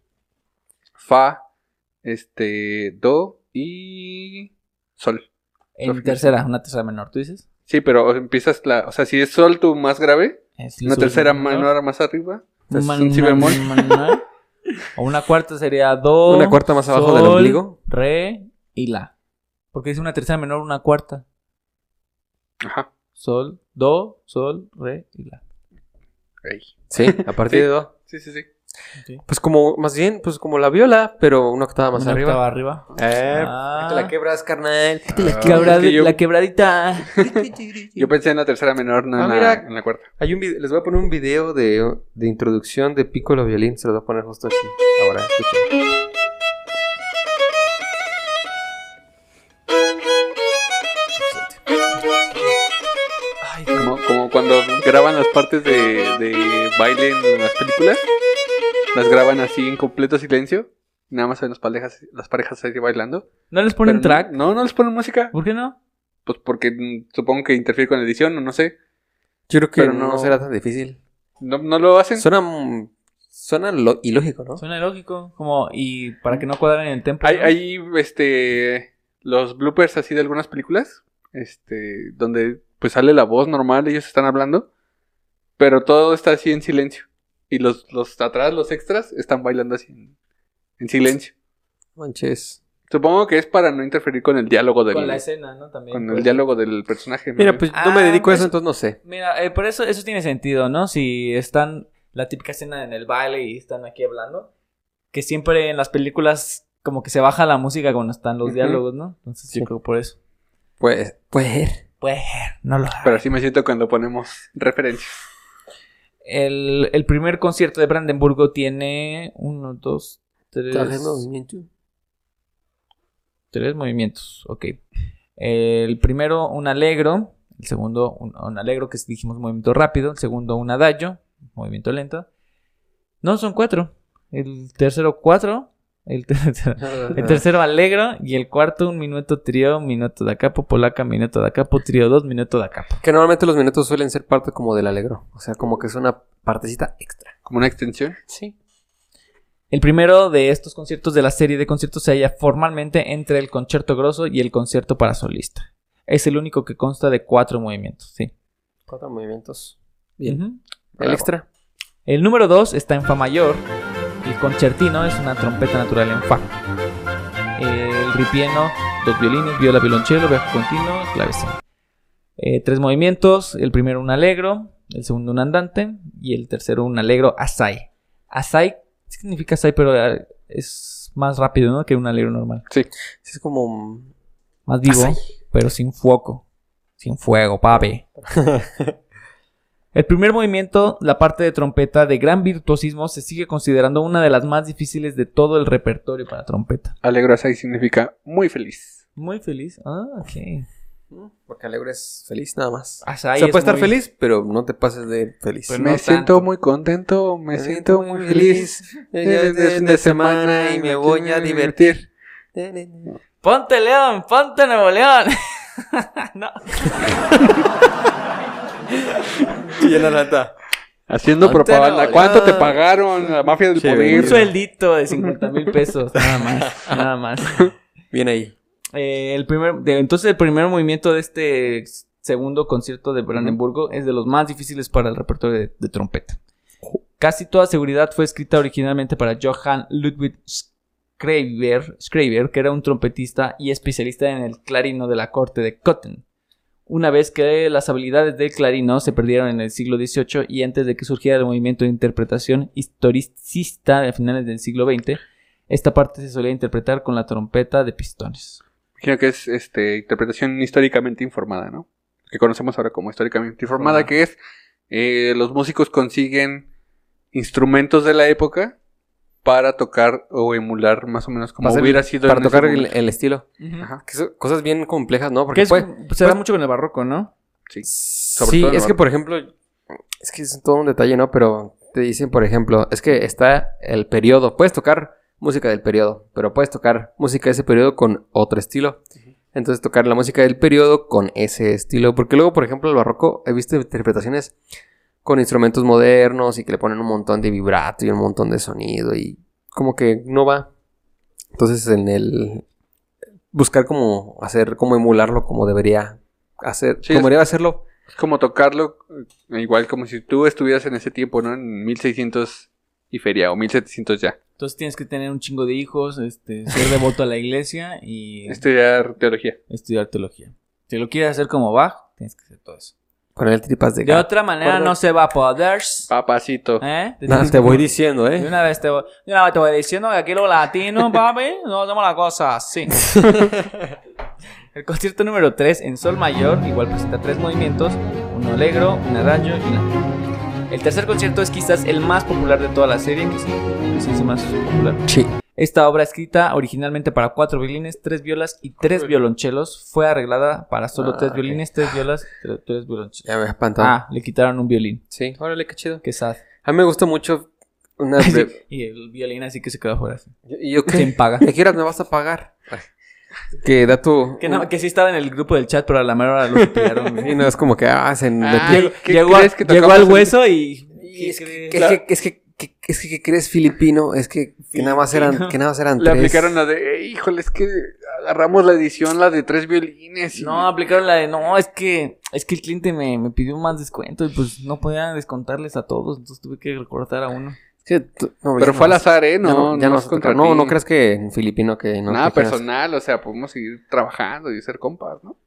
E: fa, este, do y sol.
C: En tercera, una tercera menor, ¿tú dices?
E: Sí, pero empiezas la, o sea, si es sol tu más grave,
C: Es- le
E: una
C: subes
E: tercera
C: Este, un menor.
E: menor más arriba,
C: Un
E: es
C: man-
E: un si bemol.
C: man- man- O una cuarta sería do.
D: Una cuarta más abajo del
C: Oh, sol,
D: ombligo.
C: Re y la. Porque dice una tercera menor, una cuarta.
E: Ajá.
C: Sol, do, sol, re y la.
E: Ahí.
D: Sí, a partir
E: Sí.
D: de do.
E: Sí, sí, sí.
D: Pues como, más bien, pues como la viola, pero una octava más
C: Una
D: arriba.
C: octava arriba.
D: Eh,
C: Ah.
D: te la quebras, carnal.
E: Ah,
C: Quebrad-
E: es que yo,
C: La quebradita.
E: yo pensé en la tercera menor, no en,
D: Ah,
E: la,
D: mira.
E: en la cuarta.
D: Hay un vide- les voy a poner un video de, de introducción de Piccolo Violín. Se lo voy a poner justo así. Ahora, escuchen.
E: Como, como cuando graban las partes de, de baile en las películas, las graban así en completo silencio. Nada más ven las parejas, las parejas ahí bailando.
C: ¿No les ponen
E: Pero
C: track?
E: No, no les ponen música.
C: ¿Por qué no?
E: Pues porque mm, supongo que interfiere con la edición, o no sé.
D: Yo creo que
E: Pero
D: no,
E: no-
D: será tan difícil.
E: No, no lo hacen.
D: Suena, mm, suena lo- ilógico, ¿no?
C: Suena lógico. Como, y para que no cuadren en el templo.
E: Hay,
C: ¿no?
E: hay, este, los bloopers así de algunas películas, este, donde pues sale la voz normal, ellos están hablando, pero todo está así en silencio. Y los, los atrás, los extras, están bailando así en, en silencio.
D: Manches.
E: Supongo que es para no interferir con el diálogo del,
C: Con la
E: con
C: escena, ¿no? También.
E: el
C: pues.
E: diálogo del personaje. ¿no?
D: Mira, pues no me
C: Ah,
D: dedico a eso,
C: pues-
D: entonces no sé.
C: Mira, eh, pero eso, eso tiene sentido, ¿no? Si están la típica escena en el baile y están aquí hablando, que siempre en las películas como que se baja la música cuando están los
E: Ujú.
C: diálogos, ¿no? Entonces yo
D: Sí.
C: creo por eso.
D: Pues, pues.
C: Pues, no lo
E: pero así me siento cuando ponemos referencias.
C: el, el primer concierto de Brandenburgo tiene uno, dos, tres, tres movimientos, ok. El primero un alegro, el segundo un, un alegro que dijimos movimiento rápido, el segundo un adagio, movimiento lento. No, son cuatro. El tercero cuatro, el, tercero- el tercero alegro y el cuarto un minuto trío, minuto da capo, polaca, minuto da capo, trío dos, minuto da capo.
D: Que normalmente los minutos suelen ser parte como del alegro. O sea, como que es una partecita extra.
E: Como una extensión.
D: Sí.
C: El primero de estos conciertos de la serie de conciertos se halla formalmente entre el concierto grosso y el concierto para solista. Es el único que consta de cuatro movimientos, sí.
D: Cuatro movimientos. Bien.
C: Ujú.
D: El extra.
C: El número 2 está en Fa mayor. El concertino es una trompeta natural en Fa. El ripieno, dos violines, viola, violonchelo, bajo continuo, clavecín. Eh, tres movimientos: el primero un alegro, el segundo un andante y el tercero un alegro asai. Asai ¿qué significa asai, pero eh, es más rápido ¿no? que un alegro normal.
D: Sí, Es como.
C: Más vivo,
D: Asai.
C: pero sin foco. Sin fuego, papi. El primer movimiento, la parte de trompeta de gran virtuosismo, se sigue considerando una de las más difíciles de todo el repertorio para trompeta.
E: Alegro así significa muy feliz.
C: Muy feliz. Ah, ok.
D: mm, Porque alegro es feliz, nada más.
C: Hasta ahí
D: Se
C: es
D: puede estar
C: muy-
D: feliz, pero no te pases de feliz.
C: Pero
E: me
C: no
E: siento
C: tanto.
E: muy contento, me siento muy feliz. este
D: Ya es de fin de semana y me voy a divertir. Yo
C: ¡Ponte León! ¡Ponte Nuevo León! no.
D: la lata.
E: Haciendo
D: Ponte
E: propaganda.
D: la
E: ¿Cuánto te
D: oleada.
E: pagaron la mafia del
D: Sí,
E: poder?
C: Un sueldito de 50 mil pesos. Nada más. Nada más.
D: Bien ahí.
C: Eh, el primer, de- entonces, el primer movimiento de este segundo concierto de Brandenburgo es de los más difíciles para el repertorio de, de trompeta. Casi toda seguridad fue escrita originalmente para Johann Ludwig Schreiber, Schreiber, que era un trompetista y especialista en el clarino de la corte de Cotton. Una vez que las habilidades del clarino se perdieron en el siglo XVIII y antes de que surgiera el movimiento de interpretación historicista a finales del siglo XX, esta parte se solía interpretar con la trompeta de pistones.
E: Imagino que es este, interpretación históricamente informada, ¿no? Que conocemos ahora como históricamente informada, que es eh, los músicos consiguen instrumentos de la época para tocar o emular más o menos como
D: Para hacer-
E: hubiera sido
D: Para
E: en ese
D: tocar el,
E: momento.
D: el estilo.
C: Ajá.
E: Ajá.
D: Que son cosas bien complejas, ¿no?
C: Que
D: Porque
C: es,
D: puede-
C: se da
D: pues-
C: mucho con el barroco, ¿no?
E: Sí. Sobre
D: Sí,
E: todo en
D: es que
E: Barrio.
D: por ejemplo, es que es todo un detalle, ¿no? Pero te dicen, por ejemplo, es que está el periodo, puedes tocar música del periodo, pero puedes tocar música de ese periodo con otro estilo. Entonces tocar la música del periodo con ese estilo, porque luego, por ejemplo, el barroco he visto interpretaciones con instrumentos modernos y que le ponen un montón de vibrato y un montón de sonido y como que no va. Entonces en el buscar como hacer, como emularlo como debería hacer,
E: Sí, es-
D: como debería hacerlo
E: Es como tocarlo, eh, igual como si tú estuvieras en ese tiempo, ¿no? En 1600 y feria, o 1700 ya.
C: Entonces tienes que tener un chingo de hijos, este, ser devoto a la iglesia y
D: Este
E: Estudiar teología.
C: estudiar teología. Si lo quieres hacer como Bach, tienes que hacer todo eso.
D: Con el tripas de
C: De
D: gato.
C: otra manera
D: Correcto.
C: no se va a poder.
E: Papacito.
C: ¿Eh?
D: Nada,
C: tienes que-
D: te voy diciendo,
C: De
D: ¿eh?
C: una vez te voy, de una vez te voy diciendo que aquí los latinos, papi, no hacemos la cosa así. El concierto número 3 en Sol Mayor igual presenta tres movimientos, uno alegro, un adagio y una... El tercer concierto es quizás el más popular de toda la serie, que sí, que sí es el más popular.
D: Sí.
C: Esta obra escrita originalmente para cuatro violines, tres violas y tres violonchelos fue arreglada para solo
D: Ah,
C: tres
D: ok.
C: violines, tres violas, tre- tres violonchelos.
D: Ya me espantó.
C: Ah, le quitaron un violín.
D: Sí, órale, qué chido.
C: Qué sad.
D: A mí me gusta mucho una... bre-
C: Y el violín así que se quedó afuera. así.
D: ¿Y yo
C: Sin
D: qué?
C: paga.
D: ¿A qué hora me vas a pagar? Que da tu...
C: Que, no, que sí estaba en el grupo del chat, pero a la mera hora lo tiraron.
D: Y no es como que hacen...
E: Ah,
C: Llegó,
E: ¿qué
C: llegó
E: crees
C: a-
E: que
C: llegó
E: tocamos
C: al
E: en-
C: hueso y...
D: es,
C: ¿qué
D: que,
C: crees?
D: que- que- es que... que- Es que, que crees filipino, es que, que nada más eran, que nada más eran
E: Le
D: tres.
E: aplicaron la de, "Eh, híjole, es que agarramos la edición, la de tres violines. y-
C: No, aplicaron la de, no, es que es que el cliente me, me pidió más descuento y pues no podía descontarles a todos, entonces tuve que recortar a uno.
D: Es que tú- no, ya
E: Pero
D: no
E: fue al
D: vas-
E: azar, ¿eh?
D: ya
E: No, no,
D: ya
E: es
D: vas a
E: contra
D: tocar. no,
E: ti.
D: no crees que en filipino que no.
E: Nada
D: que quieras-
E: personal, o sea, podemos seguir trabajando y ser compas, ¿no?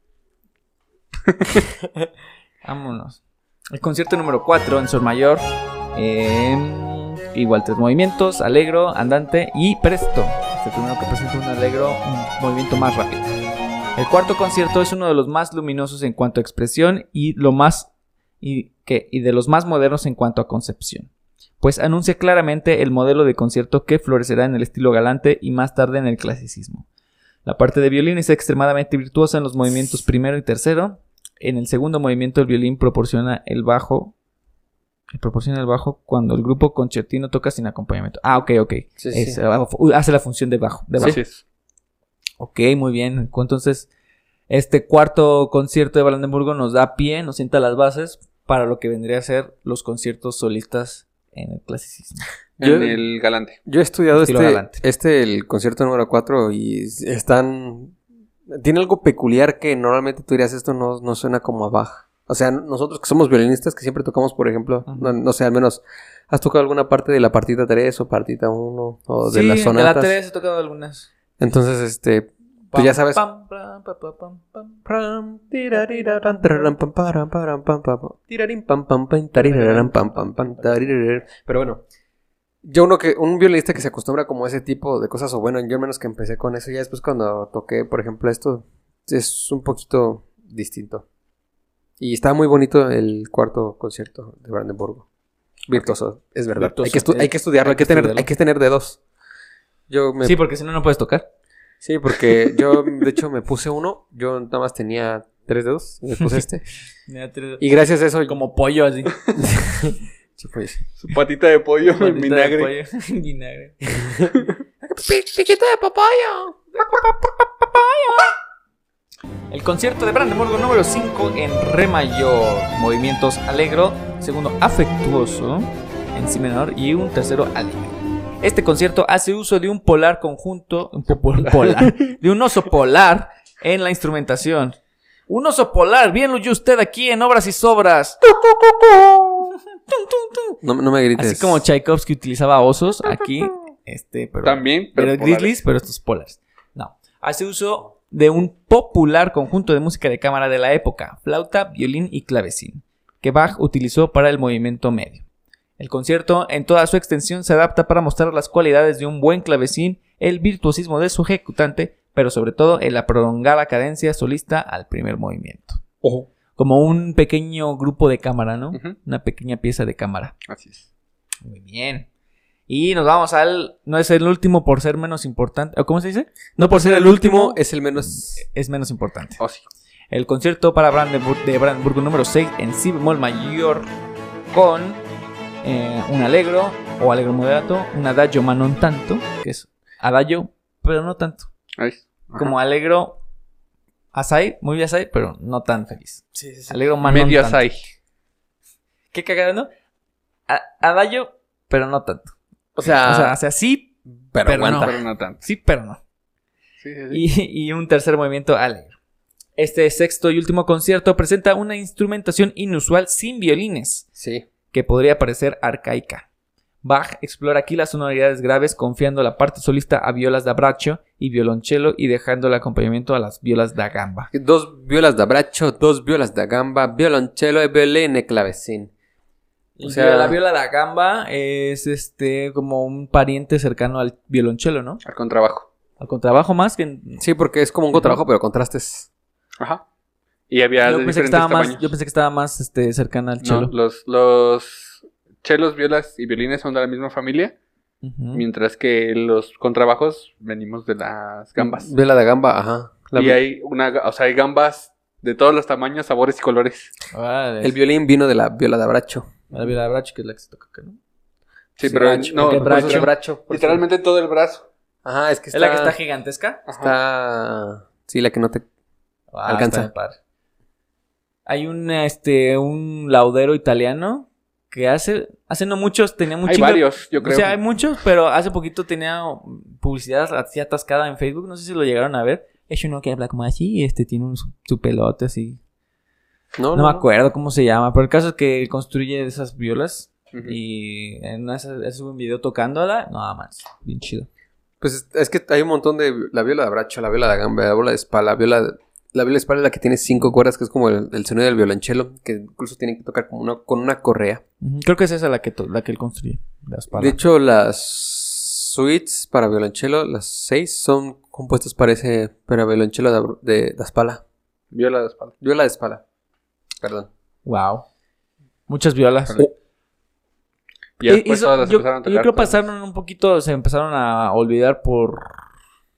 C: Vámonos. El concierto número 4 en Sol Mayor. eh, igual tres movimientos, alegro, andante y presto. Este Es el primero que presenta un alegro, un movimiento más rápido. El cuarto concierto es uno de los más luminosos en cuanto a expresión y lo más y, ¿qué? y de los más modernos en cuanto a concepción. Pues anuncia claramente el modelo de concierto que florecerá en el estilo galante y más tarde en el clasicismo. La parte de violín es extremadamente virtuosa en los movimientos primero y tercero, en el segundo movimiento el violín proporciona el bajo. eh, Proporciona el bajo cuando el grupo concertino toca sin acompañamiento. Ah, ok, ok.
D: Sí, sí.
C: Es, ah, fu- hace la función de bajo. De bajo.
E: Así es.
C: Ok, muy bien. Entonces, este cuarto concierto de Brandenburgo nos da pie, nos sienta las bases para lo que vendría a ser los conciertos solistas en el clasicismo.
D: Yo-
E: En el galante.
D: Yo he estudiado
C: Estilo
D: este,
C: galante.
D: este, el concierto número 4 y s- están... Tiene algo peculiar que normalmente tú dirías esto no, no suena como a Bach. O sea, nosotros que somos violinistas que siempre tocamos, por ejemplo,
C: Ajá.
D: no, no sé, al menos, ¿has tocado alguna parte de la partita 3 o partita 1 o de
C: Sí,
D: las
C: De la
D: sonatas?
C: 3 he tocado algunas.
D: Entonces, este, Pues ya sabes.
C: Pam, pam, pam, pam, pam, pam.
D: Pram, tirariran, tararam, pam, param, param, pam, pam, pam, tirarin, pam, pam, pam, tariraran, pam, pam, pam, tarirarara. Pero bueno, yo uno que, un violinista que se acostumbra como a ese tipo de cosas, o bueno, yo al menos que empecé con eso, ya después cuando toqué, por ejemplo, esto, es un poquito distinto. Y está muy bonito el cuarto concierto de Brandenburgo. Virtuoso, es verdad.
C: Virtuoso,
D: hay, que estu-
C: es-
D: hay que estudiarlo, hay que, tener,
C: estudiarlo.
D: hay que tener dedos. Yo me
C: Sí, porque si no, no puedes tocar.
D: Sí, porque yo, de hecho, me puse uno. Yo nada más tenía tres dedos. Y me puse este. Y gracias a eso.
C: Como pollo así.
D: Sí, pues.
E: Su patita de pollo en
C: Patita de
E: vinagre.
C: pollo. vinagre.
D: de papaya!
C: El concierto de Brandenburgo número 5 en re mayor. Movimientos alegro, segundo afectuoso en si menor y un tercero alegre. Este concierto hace uso de un polar conjunto, un po- polar, de un oso polar en la instrumentación. Un oso polar, bien lo oyó usted aquí en Obras y Sobras.
D: No, no me grites.
C: Así como Tchaikovsky utilizaba osos aquí, este, pero
E: También, pero,
C: pero
E: polares.
C: grizzlies, pero estos polares. No. Hace uso de un popular conjunto de música de cámara de la época, flauta, violín y clavecín, que Bach utilizó para el movimiento medio. El concierto, en toda su extensión, se adapta para mostrar las cualidades de un buen clavecín, el virtuosismo de su ejecutante, pero sobre todo en la prolongada cadencia solista al primer movimiento. Como un pequeño grupo de cámara, ¿no?
E: Ujú,
C: Una pequeña pieza de cámara.
E: Así es.
C: Muy bien. Y nos vamos al. No es el último por ser menos importante. ¿o ¿Cómo se dice? No por ser el
D: El último
C: último es,
D: es el menos.
C: es menos importante.
E: Oh, sí.
C: El concierto para Brandenburg de Brandenburgo número 6 en si bemol mayor con eh, un alegro o alegro moderato, un adagio ma non tanto, que es adagio pero no tanto,
E: Ahí.
C: como alegro asai, muy asai, pero no tan feliz. Alegro ma non
E: Medio
C: tanto.
E: asai.
C: Qué cagado, ¿no? A- Adagio, pero no tanto.
D: O sea,
E: Ah.
C: o sea, o sea, sí,
D: pero,
C: pero
D: aguanta.
E: Pero no tanto.
C: sí, pero no.
E: Sí, sí, sí.
C: y, y un tercer movimiento alegre. Este sexto y último concierto presenta una instrumentación inusual sin violines,
D: Sí.
C: que podría parecer arcaica. Bach explora aquí las sonoridades graves confiando la parte solista a violas da braccio y violonchelo y dejando el acompañamiento a las violas da gamba.
D: Dos violas de abracho, dos violas de gamba, violonchelo y violín y clavecín. O sea-
C: la viola da gamba es este como un pariente cercano al violonchelo, ¿no?
E: Al contrabajo.
C: Al contrabajo más que en-
D: Sí, porque es como un contrabajo, pero contrastes.
E: Ajá. Y había
C: yo
E: de
C: pensé que
E: diferentes
C: estaba
E: tamaños.
C: más, yo pensé que estaba más este cercana al
E: No,
C: chelo.
E: los, los chelos, violas y violines son de la misma familia,
C: Ujú.
E: mientras que los contrabajos venimos de las gambas.
D: Viola de gamba, ajá. La-
E: y hay una, ga- o sea, hay gambas de todos los tamaños, sabores y colores.
C: Órale.
D: El violín vino de la viola de abracho.
C: La viola de Bracho, que es la que se toca acá, ¿no?
E: Sí, pero
D: bracho,
E: no,
C: porque
E: por
C: ah, bracho-
E: eso-
D: bracho. por eso.
E: literalmente todo el brazo.
D: Ajá, es que está...
C: ¿Es la que está gigantesca?
D: está- Sí, la que no te...
C: está
D: Alcanza.
C: bien padre. Hay un, este, un laudero italiano que hace, hace no muchos, tenía
E: hay
C: muchos.
E: varios, yo creo.
C: O sea, hay muchos, pero hace poquito tenía publicidad así atascada en Facebook, no sé si lo llegaron a ver. Es uno que habla como así y este tiene un, su, su pelote así.
D: No,
C: No,
D: no,
C: me
D: no.
C: acuerdo cómo se llama, pero el caso es que él construye esas violas
E: Ujú.
C: y en una de esas- hace un video tocándola. Nada más, bien chido.
D: Pues es- es que hay un montón de... La viola de abracho, la viola de gamba, la viola de spa, la viola... de- La viola de spa es la que tiene cinco cuerdas, que es como el, el sonido del violonchelo, que incluso tienen que tocar como una, con una correa.
C: Ujú, Creo que es esa la que, to- la que él construye. Las
D: De
C: palas.
D: hecho, las suites para violonchelo, las seis, son compuestas para ese... Para violonchelo de, abr- de, de espala.
E: Viola de espalda.
D: Viola de espala. Perdón.
C: Wow. Muchas violas.
E: Correcto. Y
C: Y-
E: después
C: hizo-
E: todas las
C: yo,
E: empezaron a
C: yo
E: tocar.
C: creo
E: todas.
C: pasaron un poquito, se empezaron a olvidar por,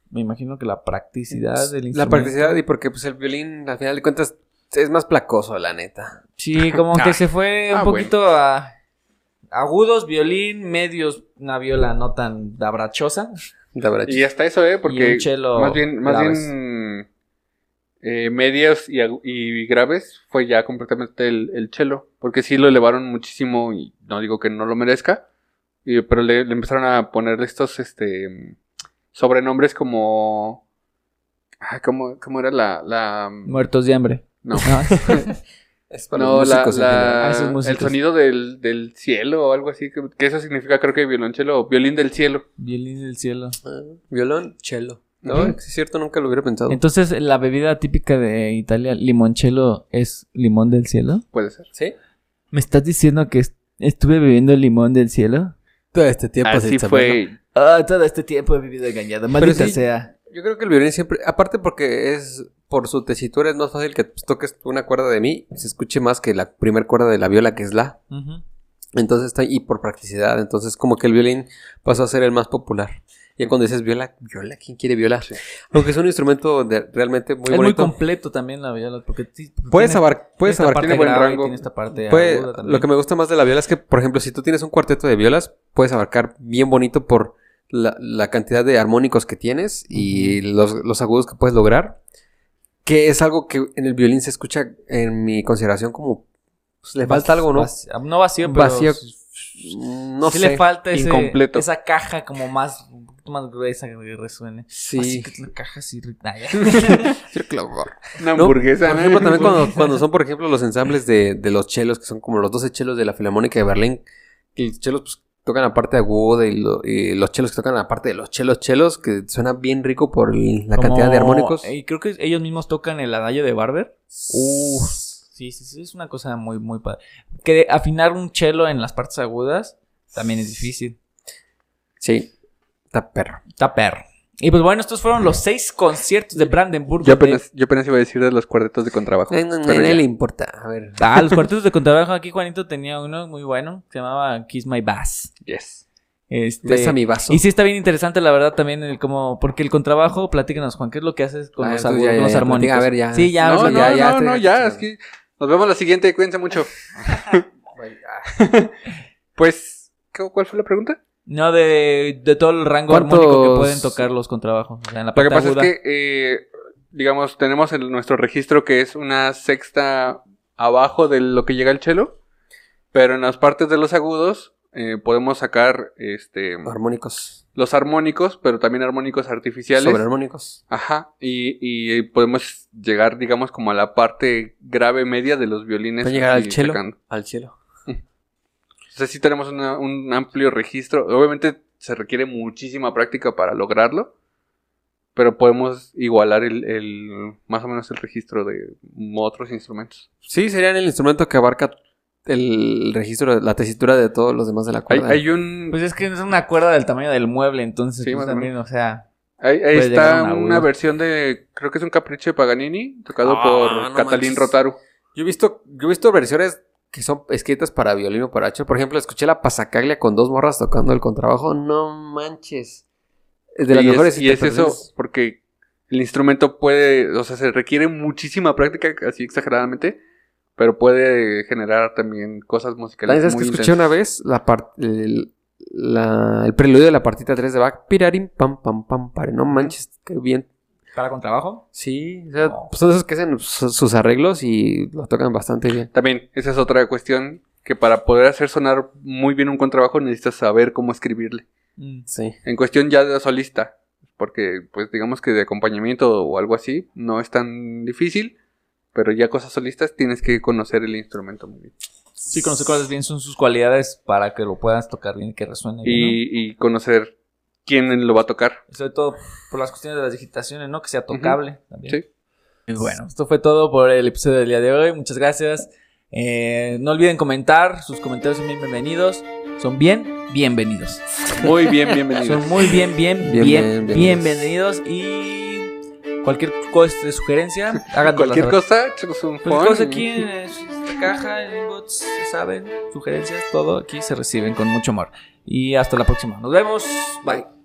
C: me imagino que la practicidad del instrumento.
D: La practicidad y porque pues el violín al final de cuentas es más placoso, la neta.
C: Sí, como que se fue un
E: Ah, bueno.
C: poquito a agudos, violín, medios, una viola no tan abrachosa.
D: La verdad.
E: Y hasta eso, ¿eh?
C: Y
E: Porque
C: un cello
E: más bien, más
C: graves.
E: bien eh, medios y, agu- y graves fue ya completamente el, el chelo. Porque sí lo elevaron muchísimo y no digo que no lo merezca. y- pero le, le empezaron a poner estos este sobrenombres como... ah, ¿Cómo, cómo era la... la
C: Muertos de hambre.
E: no,
D: Es para
E: no
D: los
E: la,
D: músicos en
E: la-
D: general.
C: Ah, esos músicos.
E: el sonido del, del cielo o algo así. Que, que eso significa creo que violonchelo o violín del cielo.
C: Violín del cielo.
D: Ah, Violón, cello. No,
E: Ujú.
D: es cierto, nunca lo hubiera
E: Oh.
D: pensado.
C: Entonces, la bebida típica de Italia, limoncello, es limón del cielo.
E: Puede ser.
D: ¿Sí?
C: ¿Me estás diciendo que est- estuve bebiendo limón del cielo?
D: Todo este tiempo
E: Así fue
C: Ah, todo este tiempo he vivido engañado, maldita
D: sí,
C: sea.
D: Yo creo que el violín siempre, aparte porque es por su tesitura es más fácil que pues, toques una cuerda de mi y se escuche más que la primera cuerda de la viola que es la. Entonces está y por practicidad, entonces como que el violín pasó a ser el más popular. Y cuando dices viola, viola, ¿quién quiere viola? Aunque es un instrumento de- realmente muy
C: es muy
D: bonito.
C: completo también la viola, porque ti-
D: puedes
C: tiene-
D: abar puedes
C: tiene esta
D: abarcar
C: parte
E: tiene buen
C: grave y
E: rango.
C: tiene esta parte
D: Puede-
C: aguda también.
D: lo que me gusta más de la viola es que, por ejemplo, si tú tienes un cuarteto de violas, puedes abarcar bien bonito por la, la cantidad de armónicos que tienes y los, los agudos que puedes lograr. Que es algo que en el violín se escucha, en mi consideración, como pues, le falta algo, ¿no?
C: Vac- no vacío, pero
D: Vacío.
C: s-
D: No
C: sí
D: sé.
C: le falta ese-
E: incompleto.
C: esa caja como más un poquito más gruesa que resuene. Así
D: Sí.
C: que la caja sí. re- Ay,
E: una
D: No,
E: hamburguesa.
D: Por ejemplo, también cuando, cuando son, por ejemplo, los ensambles de, de los chelos, que son como los 12 chelos de la Filarmónica de Berlín, que los chelos pues, tocan la parte aguda y, lo- y los chelos que tocan la parte de los chelos chelos, que suena bien rico por el- la cantidad de
C: como-
D: armónicos.
C: Y creo que ellos mismos tocan el adagio de Barber.
D: Uh,
C: Sí, sí, sí, es una cosa muy, muy padre. Que afinar un chelo en las partes agudas también es difícil.
D: sí, está perro.
C: Está perro. Y pues bueno, estos fueron los seis conciertos de Brandenburgo.
E: Yo
C: de-
E: apenas, yo apenas iba a decir de los cuartetos de contrabajo.
D: A él
E: Pero ya.
D: le importa. A ver.
C: Ah, los cuartetos de contrabajo. Aquí Juanito tenía uno muy bueno. que Se llamaba Kiss My Bass.
E: Yes.
C: Este,
D: Besa mi vaso.
C: Y sí está bien interesante, la verdad, también el como... Porque el contrabajo, platícanos, Juan, ¿qué es lo que haces con
D: Ah,
C: los,
D: entonces
C: agu-
D: ya, ya,
C: los
D: ya,
C: armónicos?
D: platica, a ver, ya.
C: Sí, ya,
D: No,
C: habla-
D: no, ya, ya,
E: no,
D: te-
E: no, ya, es que nos vemos la siguiente, cuídense mucho. ah. pues, ¿cu- ¿cuál fue la pregunta?
C: No, de, de todo el rango
D: ¿Cuántos-
C: armónico que pueden tocar los contrabajos. O sea, en la
E: Lo
C: parte
E: que pasa
C: aguda.
E: es que, eh, digamos, tenemos en nuestro registro que es una sexta abajo de lo que llega el chelo, pero en las partes de los agudos eh, podemos sacar este,
D: Armónicos.
E: los armónicos, pero también armónicos artificiales.
D: Sobre armónicos.
E: Ajá, y, y podemos llegar, digamos, como a la parte grave media de los violines.
D: Pueden llegar
E: así
D: al chelo.
E: tocando.
D: Al cielo.
E: O sea, sí tenemos una- un amplio registro. Obviamente se requiere muchísima práctica para lograrlo. Pero podemos igualar el, el- más o menos el registro de otros instrumentos.
D: Sí, serían el instrumento que abarca el registro, la tesitura de todos los demás de la
E: Hay,
D: cuerda.
E: hay un...
C: Pues es que es una cuerda del tamaño del mueble, entonces
E: Sí,
C: pues,
E: más o
C: también, o sea...
E: ahí ahí
C: puede llegar a
E: está
C: un agudo.
E: una versión de... Creo que es un capricho de Paganini tocado
D: Ah,
E: por
D: no
E: Catalín
D: manches.
E: Rotaru.
D: Yo he visto, yo he visto versiones que son escritas para violín o para hacha. Por ejemplo, escuché la pasacaglia con dos morras tocando el contrabajo. No manches. Es de las
E: y
D: mejores
E: es, y es eso
D: interpretaciones.
E: porque el instrumento puede... O sea, se requiere muchísima práctica, así exageradamente. Pero puede generar también cosas musicales
D: También sabes que
E: muy
D: escuché una vez la par- el, la- el preludio de la partita 3 de Bach. Pirarim, pam, pam, pam, pare. No manches, qué bien.
C: ¿Para contrabajo?
D: Sí, o sea, pues son esos que hacen su- sus arreglos y lo tocan bastante bien.
E: También, esa es otra cuestión que para poder hacer sonar muy bien un contrabajo necesitas saber cómo escribirle.
D: Sí.
E: En cuestión ya de solista, porque pues digamos que de acompañamiento o algo así no es tan difícil, pero ya cosas solistas tienes que conocer el instrumento muy bien.
C: Sí, conocer cuáles bien son sus cualidades para que lo puedas tocar bien y que resuene bien, ¿no?
E: Y, y conocer quién lo va a tocar.
C: Sobre todo por las cuestiones de las digitaciones, ¿no? Que sea tocable también.
E: Sí.
C: Y bueno, esto fue todo por el episodio del día de hoy. Muchas gracias. Eh, no olviden comentar. Sus comentarios son bien bienvenidos. Son bien bienvenidos.
E: Muy bien, bienvenido.
C: Son muy bien, bien, bien,
D: Bien, bien,
C: bienvenidos. Y cualquier cosa de sugerencia, háganos
E: Cualquier cosa, chicos, un
C: Cualquier cosa
E: phone
C: Pues,
E: y-
C: aquí en esta caja, en inbox, ya saben, sugerencias, todo aquí se reciben con mucho amor. Y hasta la próxima. Nos vemos. Bye.